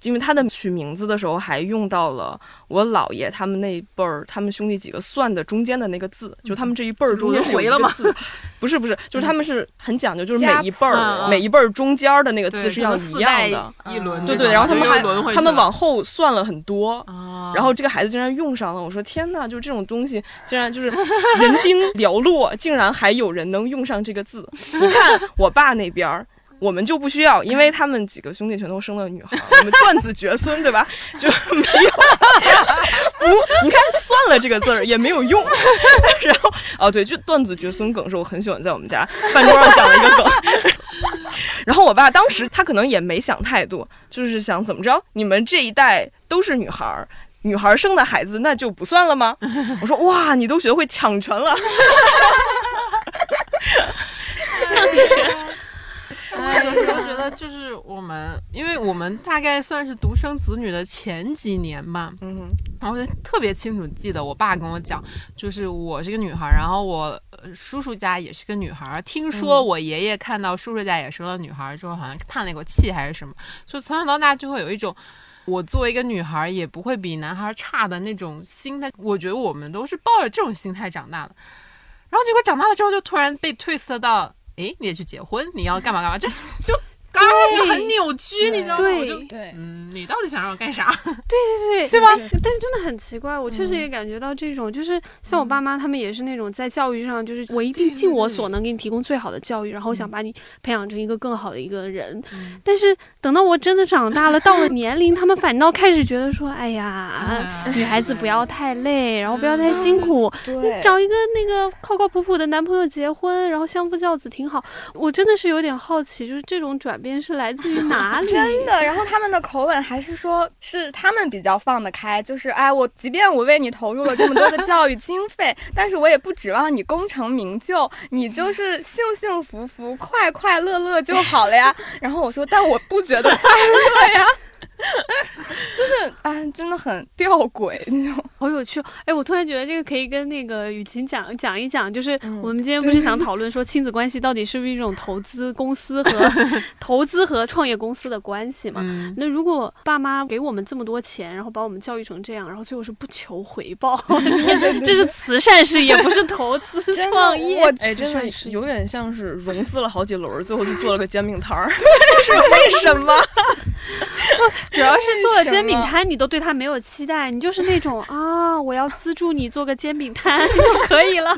[SPEAKER 2] 因为他的取名字的时候还用到了我姥爷他们那一辈儿，他们兄弟几个算的中间的那个字，就他们这一辈儿中间是有一
[SPEAKER 5] 嗯回了
[SPEAKER 2] 个
[SPEAKER 5] 吗
[SPEAKER 2] 字，不是不是，就是他们是很讲究，就是每
[SPEAKER 4] 家
[SPEAKER 2] 一辈儿
[SPEAKER 5] 谱
[SPEAKER 2] 每一辈儿中间儿的那个
[SPEAKER 5] 啊对
[SPEAKER 2] 字是
[SPEAKER 5] 可
[SPEAKER 2] 要
[SPEAKER 5] 能
[SPEAKER 2] 一
[SPEAKER 5] 四代
[SPEAKER 2] 样的，嗯
[SPEAKER 5] 一轮
[SPEAKER 2] 对对，
[SPEAKER 5] 这种
[SPEAKER 2] 然后他们
[SPEAKER 5] 就
[SPEAKER 2] 还
[SPEAKER 5] 又轮回
[SPEAKER 2] 他们
[SPEAKER 5] 去了
[SPEAKER 2] 往后算了很多，
[SPEAKER 5] 啊，
[SPEAKER 2] 然后这个孩子竟然用上了，我说天呐，就是这种东西，竟然就是 人丁寥落，竟然还有人能用上这个字。你看我爸那边儿。我们就不需要，因为他们几个兄弟全都生了女孩，我们断子绝孙，对吧？ 就是没有，不，你看算了这个字儿也没有用。 然后哦，对，就断子绝孙梗是我很喜欢在我们家饭桌上讲的一个梗。 然后我爸当时他可能也没想太多，就是想怎么着，你们这一代都是女孩儿，女孩生的孩子那就不算了 吗？我说哇，你都学会抢权了，
[SPEAKER 5] 哎，有时候觉得就是我们，因为我们大概算是独生子女的前几年吧，
[SPEAKER 2] 嗯，
[SPEAKER 5] 然后我就特别清楚记得我爸跟我讲，就是我是个女孩儿，然后我呃叔叔家也是个女孩儿。听说我爷爷看到叔叔家也生了女孩儿之后，好像叹了一口气还是什么，所以从小到大就会有一种。我作为一个女孩儿，也不会比男孩儿差的那种心态。我觉得我们都是抱着这种心态长大的，然后结果长大了之后，就突然被褪色到诶，你得去结婚，你要干嘛干嘛，就是就刚就很扭曲，你知道吗？我就
[SPEAKER 3] 对
[SPEAKER 4] 对，
[SPEAKER 5] 嗯，你到底想让我干啥？
[SPEAKER 3] 对
[SPEAKER 4] 对吧
[SPEAKER 3] 但但是嗯真的很奇怪，我确实也感觉到这种，就是像我爸妈他们也是那种在教育上，就是嗯我一定尽我所能给你提供最好的教育，然后我想把你培养成一个更好的一个人。但是等到我真的长大了，到了年龄，他们反倒开始觉得说，哎呀，
[SPEAKER 5] 啊
[SPEAKER 3] 女孩子不要太累，然后不要太辛苦，
[SPEAKER 4] 对
[SPEAKER 3] 找一个那个靠靠谱谱的男朋友结婚，然后相夫教子挺好。我真的是有点好奇，就是这种转变是来自于 哪里？
[SPEAKER 4] 真的，然后他们的口吻还是说是他们比较放得开，就是哎，我即便我为你投入了这么多的教育经费， 但是我也不指望你功成名就，你就是幸幸福福、快快乐乐就好了呀。 然后我说，但我不觉得快乐呀， 就是哎，真的很吊诡那种。
[SPEAKER 3] 好有趣哦！哎，我突然觉得这个可以跟那个雨晴讲讲一讲，就是
[SPEAKER 4] 嗯
[SPEAKER 3] 我们今天不是想讨论说亲子关系到底是不是一种投资公司和投资和创业公司的关系嘛？
[SPEAKER 5] 嗯，
[SPEAKER 3] 那如果爸妈给我们这么多钱，然后把我们教育成这样，然后最后是不求回报，我的天，这是慈善事业，不是投资
[SPEAKER 4] 真的
[SPEAKER 3] 创业。
[SPEAKER 4] 我
[SPEAKER 2] 哎，真
[SPEAKER 3] 慈善事
[SPEAKER 2] 的
[SPEAKER 3] 业
[SPEAKER 2] 有点像是融资了好几轮，最后就做了个煎饼 摊儿，是为什么？
[SPEAKER 3] 主要是做了煎饼
[SPEAKER 4] 为什
[SPEAKER 3] 摊，你都对他没有期待，你就是那种啊，我要资助你做个煎饼摊 就可以了。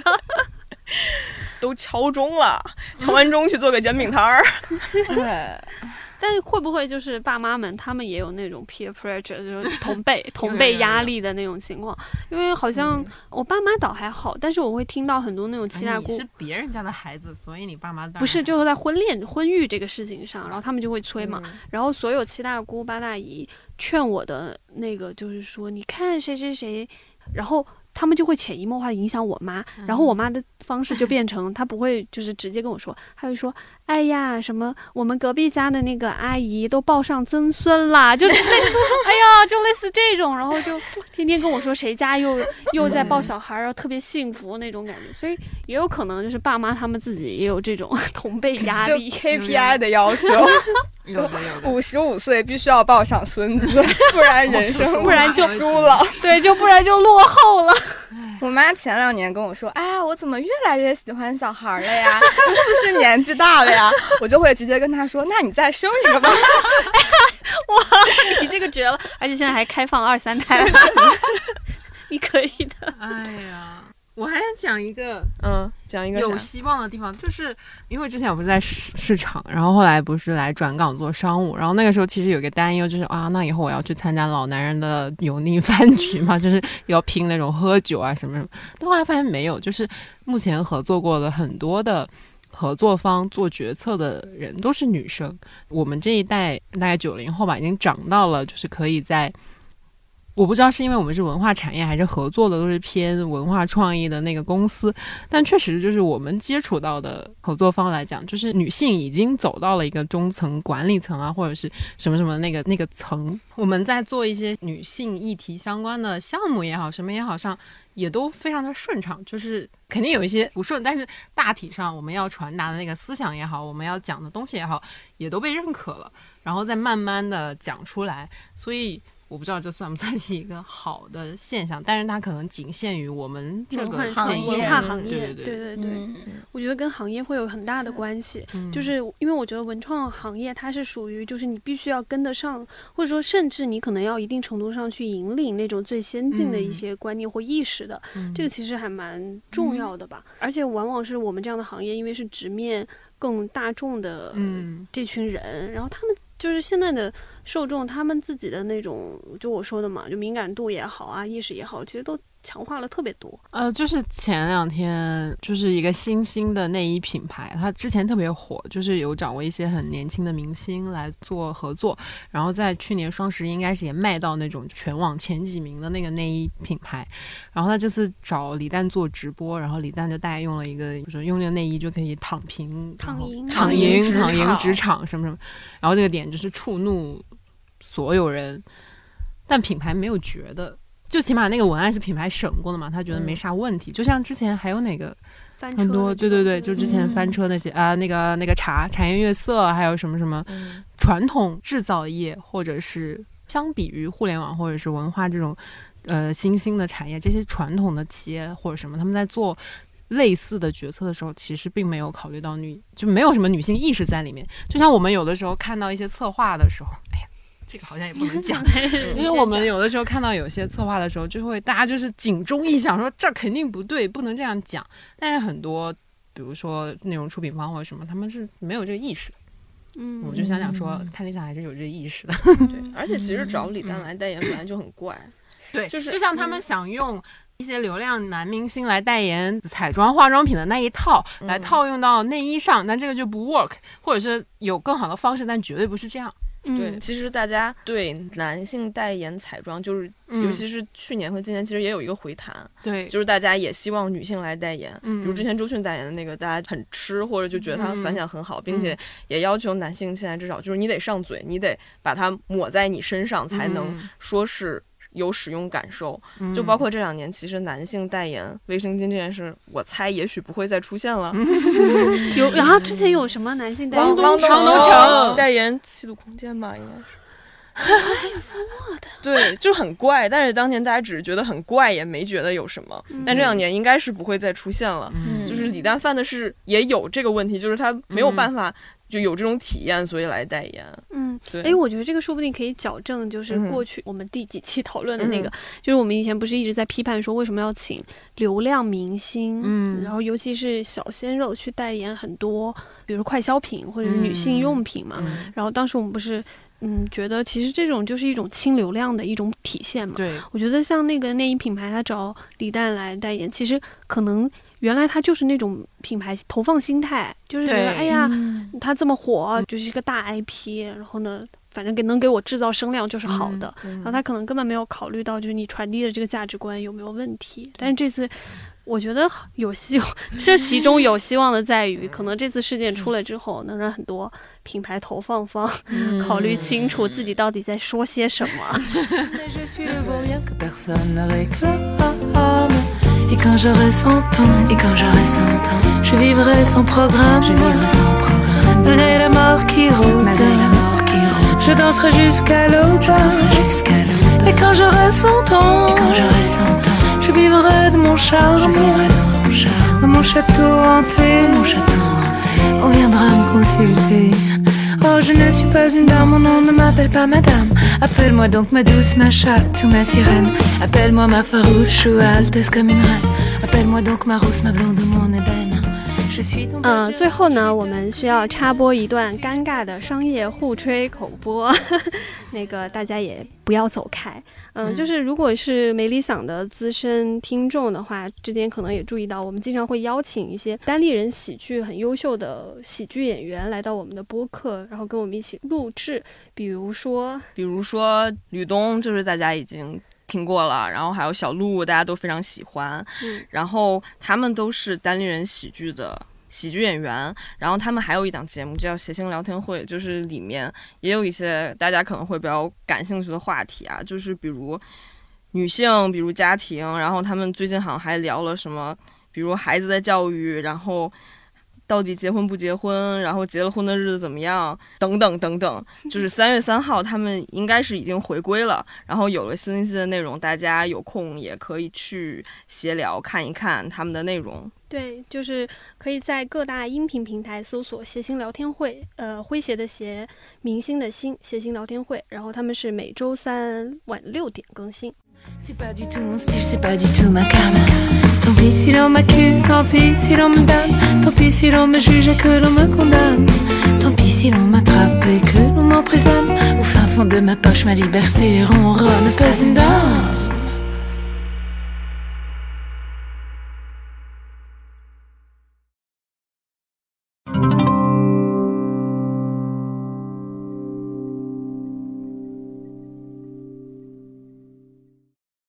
[SPEAKER 2] 都敲钟了，敲完钟去做个煎饼摊 儿。
[SPEAKER 4] 对，
[SPEAKER 3] 但是会不会就是爸妈们他们也有那种 peer pressure，就是同辈同辈压力的那种情况？因为好
[SPEAKER 5] 嗯
[SPEAKER 3] 像我爸妈倒还好，但是我会听到很多那种七大
[SPEAKER 5] 哎啊你
[SPEAKER 3] 姑
[SPEAKER 5] 是别人家的孩子，所以你爸妈当然
[SPEAKER 3] 不是就是在婚恋婚育这个事情上，然后他们就会催嘛。
[SPEAKER 5] 嗯
[SPEAKER 3] 然后所有七大姑八大姨劝我的那个就是说，你看谁谁谁，然后。他们就会潜移默化的影响我妈，然
[SPEAKER 5] 嗯
[SPEAKER 3] 后我妈的方式就变成她不会就是直接跟我说，她会说：“哎呀，什么我们隔壁家的那个阿姨都抱上曾孙啦， 就类，哎呀，就类似这种，然后就天天跟我说谁家又又在
[SPEAKER 5] 嗯
[SPEAKER 3] 抱小孩儿，然后特别幸福那种感觉，所以也有可能就是爸妈他们自己也有这种 同辈压
[SPEAKER 4] 就
[SPEAKER 3] 力，
[SPEAKER 5] 哎
[SPEAKER 4] KPI 的要 求，
[SPEAKER 5] 有的有 的，
[SPEAKER 4] 五十五岁必须要抱上孙子，不然哎人生
[SPEAKER 5] 不然就
[SPEAKER 4] 输了。
[SPEAKER 3] 对，就不然就落后了。
[SPEAKER 4] 我妈前两年跟我说：“哎呀，我怎么越来越喜欢小孩儿了呀？ 是不是年纪大了呀？” 我就会直接跟她说：“那你再生一个吧。
[SPEAKER 3] 你这个绝了，而且现在还开放二三胎， 你可以的。
[SPEAKER 5] 哎呀，我还想讲一个
[SPEAKER 2] 嗯，讲一个
[SPEAKER 5] 有
[SPEAKER 2] 啥
[SPEAKER 5] 希望的地方，就是因为之前我不是在市市场，然后后来不是来转岗做商务，然后那个时候其实有个担忧，就是啊，那以后我要去参加老男人的油腻饭局嘛，就是要拼那种喝酒啊什么什么。但后来发现没有，就是目前合作过的很多的。合作方做决策的人都是女生，我们这一代大概九零后吧，已经长到了就是可以在我不知道是因为我们是文化产业，还是合作的都是偏文化创意的那个公司，但确实就是我们接触到的合作方来讲，就是女性已经走到了一个中层管理层啊，或者是什么什么那个那个层。我们在做一些女性议题相关的项目也好，什么也好上，也都非常的顺畅，就是肯定有一些不顺，但是大体上我们要传达的那个思想也好，我们要讲的东西也好，也都被认可了，然后再慢慢的讲出来，所以。我不知道这算不算是一个好的现象，但是它可能仅限于我们这个
[SPEAKER 3] 文
[SPEAKER 4] 化
[SPEAKER 5] 这
[SPEAKER 3] 化
[SPEAKER 5] 一
[SPEAKER 4] 行
[SPEAKER 3] 文
[SPEAKER 4] 业
[SPEAKER 3] 化
[SPEAKER 5] 圈
[SPEAKER 3] 行业，
[SPEAKER 5] 对对
[SPEAKER 3] 对对对，
[SPEAKER 4] 嗯
[SPEAKER 3] 我觉得跟行业会有很大的关系。嗯
[SPEAKER 5] 嗯
[SPEAKER 3] 就是因为我觉得文创行业它是属于就是你必须要跟得上，或者说甚至你可能要一定程度上去引领那种最先进的一
[SPEAKER 5] 嗯
[SPEAKER 3] 些观念或意识的，这个其实还蛮重要的
[SPEAKER 5] 嗯
[SPEAKER 3] 吧。而且往往是我们这样的行业，因为是直面更大众的
[SPEAKER 5] 嗯
[SPEAKER 3] 这群人，然后他们就是现在的受众，他们自己的那种，就我说的嘛，就敏感度也好啊，意识也好，其实都强化了特别多。
[SPEAKER 5] 呃，就是前两天就是一个新兴的内衣品牌，它之前特别火，就是有找过一些很年轻的明星来做合作，然后在去年双十一应该是也卖到那种全网前几名的那个内衣品牌，然后他这次找李诞做直播，然后李诞就大概用了一个，就是用这个内衣就可以躺平、
[SPEAKER 3] 躺
[SPEAKER 5] 然后
[SPEAKER 3] 赢
[SPEAKER 5] 躺
[SPEAKER 4] 躺赢
[SPEAKER 5] 赢、
[SPEAKER 4] 职
[SPEAKER 5] 躺赢
[SPEAKER 4] 场
[SPEAKER 5] 职场什么什么，然后这个点就是触怒所有人，但品牌没有觉得，就起码那个文案是品牌审过的嘛，他觉得没啥问题。就像之前还有哪个
[SPEAKER 3] 嗯翻车
[SPEAKER 5] 很多，
[SPEAKER 3] 的
[SPEAKER 5] 对
[SPEAKER 3] 这种
[SPEAKER 5] 对
[SPEAKER 3] 嗯
[SPEAKER 5] 对，就之前翻车那些啊、那个那个茶茶颜悦色，还有什么什么
[SPEAKER 3] 嗯
[SPEAKER 5] 传统制造业，或者是相比于互联网或者是文化这种呃新兴的产业，这些传统的企业或者什么，他们在做。类似的决策的时候，其实并没有考虑到女，就没有什么女性意识在里面。就像我们有的时候看到一些策划的时候，哎呀，这个好像也不能讲，因为我们有的时候看到有些策划的时候，就会大家就是警钟一响，说这肯定不对，不能这样讲。但是很多，比如说那种出品方或者什么，他们是没有这个意识。
[SPEAKER 3] 嗯，
[SPEAKER 5] 我就想想说，看理想还是有这个意识的。
[SPEAKER 2] 而且其实找李诞来代言本来就很怪，
[SPEAKER 5] 对，
[SPEAKER 2] 就是
[SPEAKER 5] 就像他们想用一些流量男明星来代言彩妆化妆品的那一套，来套用到内衣上，但这个就不 work，或者是有更好的方式，但绝对不是这样。
[SPEAKER 3] 嗯
[SPEAKER 5] 嗯
[SPEAKER 2] 对，其实大家对男性代言彩妆，就是
[SPEAKER 5] 嗯
[SPEAKER 2] 尤其是去年和今年，其实也有一个回弹，
[SPEAKER 5] 对，
[SPEAKER 2] 就是大家也希望女性来代言。
[SPEAKER 5] 嗯
[SPEAKER 2] 比如之前周迅代言的那个，大家很吃，或者就觉得它
[SPEAKER 5] 嗯
[SPEAKER 2] 反响很好，并且也要求男性现在至少就是你得上嘴，你得把它抹在你身上，才能说是有使用感受。
[SPEAKER 5] 嗯
[SPEAKER 2] 就包括这两年，其实男性代言卫生巾这件事，我猜也许不会再出现了。
[SPEAKER 3] 有，然后之前有什么男性代
[SPEAKER 8] 汪
[SPEAKER 3] 言？
[SPEAKER 8] 东
[SPEAKER 5] 嗯汪东城
[SPEAKER 2] 代言七度空间吧，应该是。 对，就很怪，但是当年大家只是觉得很怪，也没觉得有什么。
[SPEAKER 3] 嗯
[SPEAKER 2] 但这两年应该是不会再出现了。
[SPEAKER 5] 嗯
[SPEAKER 2] 就是李诞犯的是也有这个问题，就是他没有办法就有这种体验，所以来代言。
[SPEAKER 3] 嗯，
[SPEAKER 2] 对，
[SPEAKER 3] 哎，我觉得这个说不定可以矫正，就是
[SPEAKER 2] 嗯
[SPEAKER 3] 过去我们第几期讨论的
[SPEAKER 5] 嗯
[SPEAKER 3] 那个，就是我们以前不是一直在批判说为什么要请流量明星，
[SPEAKER 5] 嗯
[SPEAKER 3] 然后尤其是小鲜肉去代言很多，比如说快消品或者是女性
[SPEAKER 5] 嗯
[SPEAKER 3] 用品嘛。
[SPEAKER 5] 嗯
[SPEAKER 3] 然后当时我们不是，嗯，觉得其实这种就是一种轻流量的一种体现嘛。
[SPEAKER 5] 对，
[SPEAKER 3] 我觉得像那个内衣品牌，他找李诞来代言，其实可能原来他就是那种品牌投放心态，就是觉得
[SPEAKER 5] 对
[SPEAKER 3] 哎呀，他这么火，就是一个大 IP，然后呢，反正给能给我制造声量就是好的。然后他可能根本没有考虑到，就是你传递的这个价值观有没有问题。但是这次，我觉得有希望， 这其中有希望的在于，可能这次事件出来之后，能让很多品牌投放方考虑清楚自己到底在说些什么。
[SPEAKER 1] Mais je suis le beau bien que personne ne réclame. Et quand j'aurai 100 ans, et quand j'aurai 100 ans, je vivrai sans programme, je vivrai sans programme. Malgré la mort qui rôde, la mort qui rôde, je danserai jusqu'à l'aube, je danserai jusqu'à l'aube. Et quand j'aurai 100 ans, et quand j'aurai 100 ans, je vivrai de mon charme, je vivrai de mon charme, dans mon château hanté, mon château hanté. On viendra me consulter. Oh, je ne suis pas une dame, mon nom ne m'appelle pas madame. Appelle-moi donc ma douce, ma chatte ou ma sirène. Appelle-moi ma farouche ou halteuse comme une reine. Appelle-moi donc ma rousse, ma blonde ou mon ébène. Je suis ton
[SPEAKER 3] 嗯，
[SPEAKER 1] berger,
[SPEAKER 3] 最后
[SPEAKER 1] je suis
[SPEAKER 3] 呢，
[SPEAKER 1] ta
[SPEAKER 3] 我们需要插播一段尴尬的商业互吹口播， 那个大家也不要走开。嗯，就是如果是没理想的资深听众的话，之前可能也注意到，我们经常会邀请一些单立人喜剧很优秀的喜剧演员来到我们的播客，然后跟我们一起录制，比如说
[SPEAKER 2] 比如说吕东，就是大家已经听过了，然后还有小鹿，大家都非常喜欢。
[SPEAKER 3] 嗯
[SPEAKER 2] 然后他们都是单立人喜剧的喜剧演员，然后他们还有一档节目叫《谐星聊天会》，就是里面也有一些大家可能会比较感兴趣的话题啊，就是比如女性，比如家庭，然后他们最近好像还聊了什么，比如孩子的教育，然后。到底结婚不结婚？然后结了婚的日子怎么样？等等等等，就是三月三号，他们应该是已经回归了，然后有了新一季的内容，大家有空也可以去闲聊看一看他们的内容。
[SPEAKER 3] 对，就是可以在各大音频平台搜索“谐星聊天会”，呃，诙谐的谐，明星的星，谐星聊天会。然后他们是每周三晚六点更新。
[SPEAKER 1] C'est pas du tout mon style, c'est pas du tout ma cam. Tant pis si l'on m'accuse, tant pis si l'on me damne, tant pis si l'on me juge et que l'on me condamne. Tant pis si l'on m'attrape et que l'on m'emprisonne. Au fin fond de ma poche, ma liberté ronronne, pas une dame.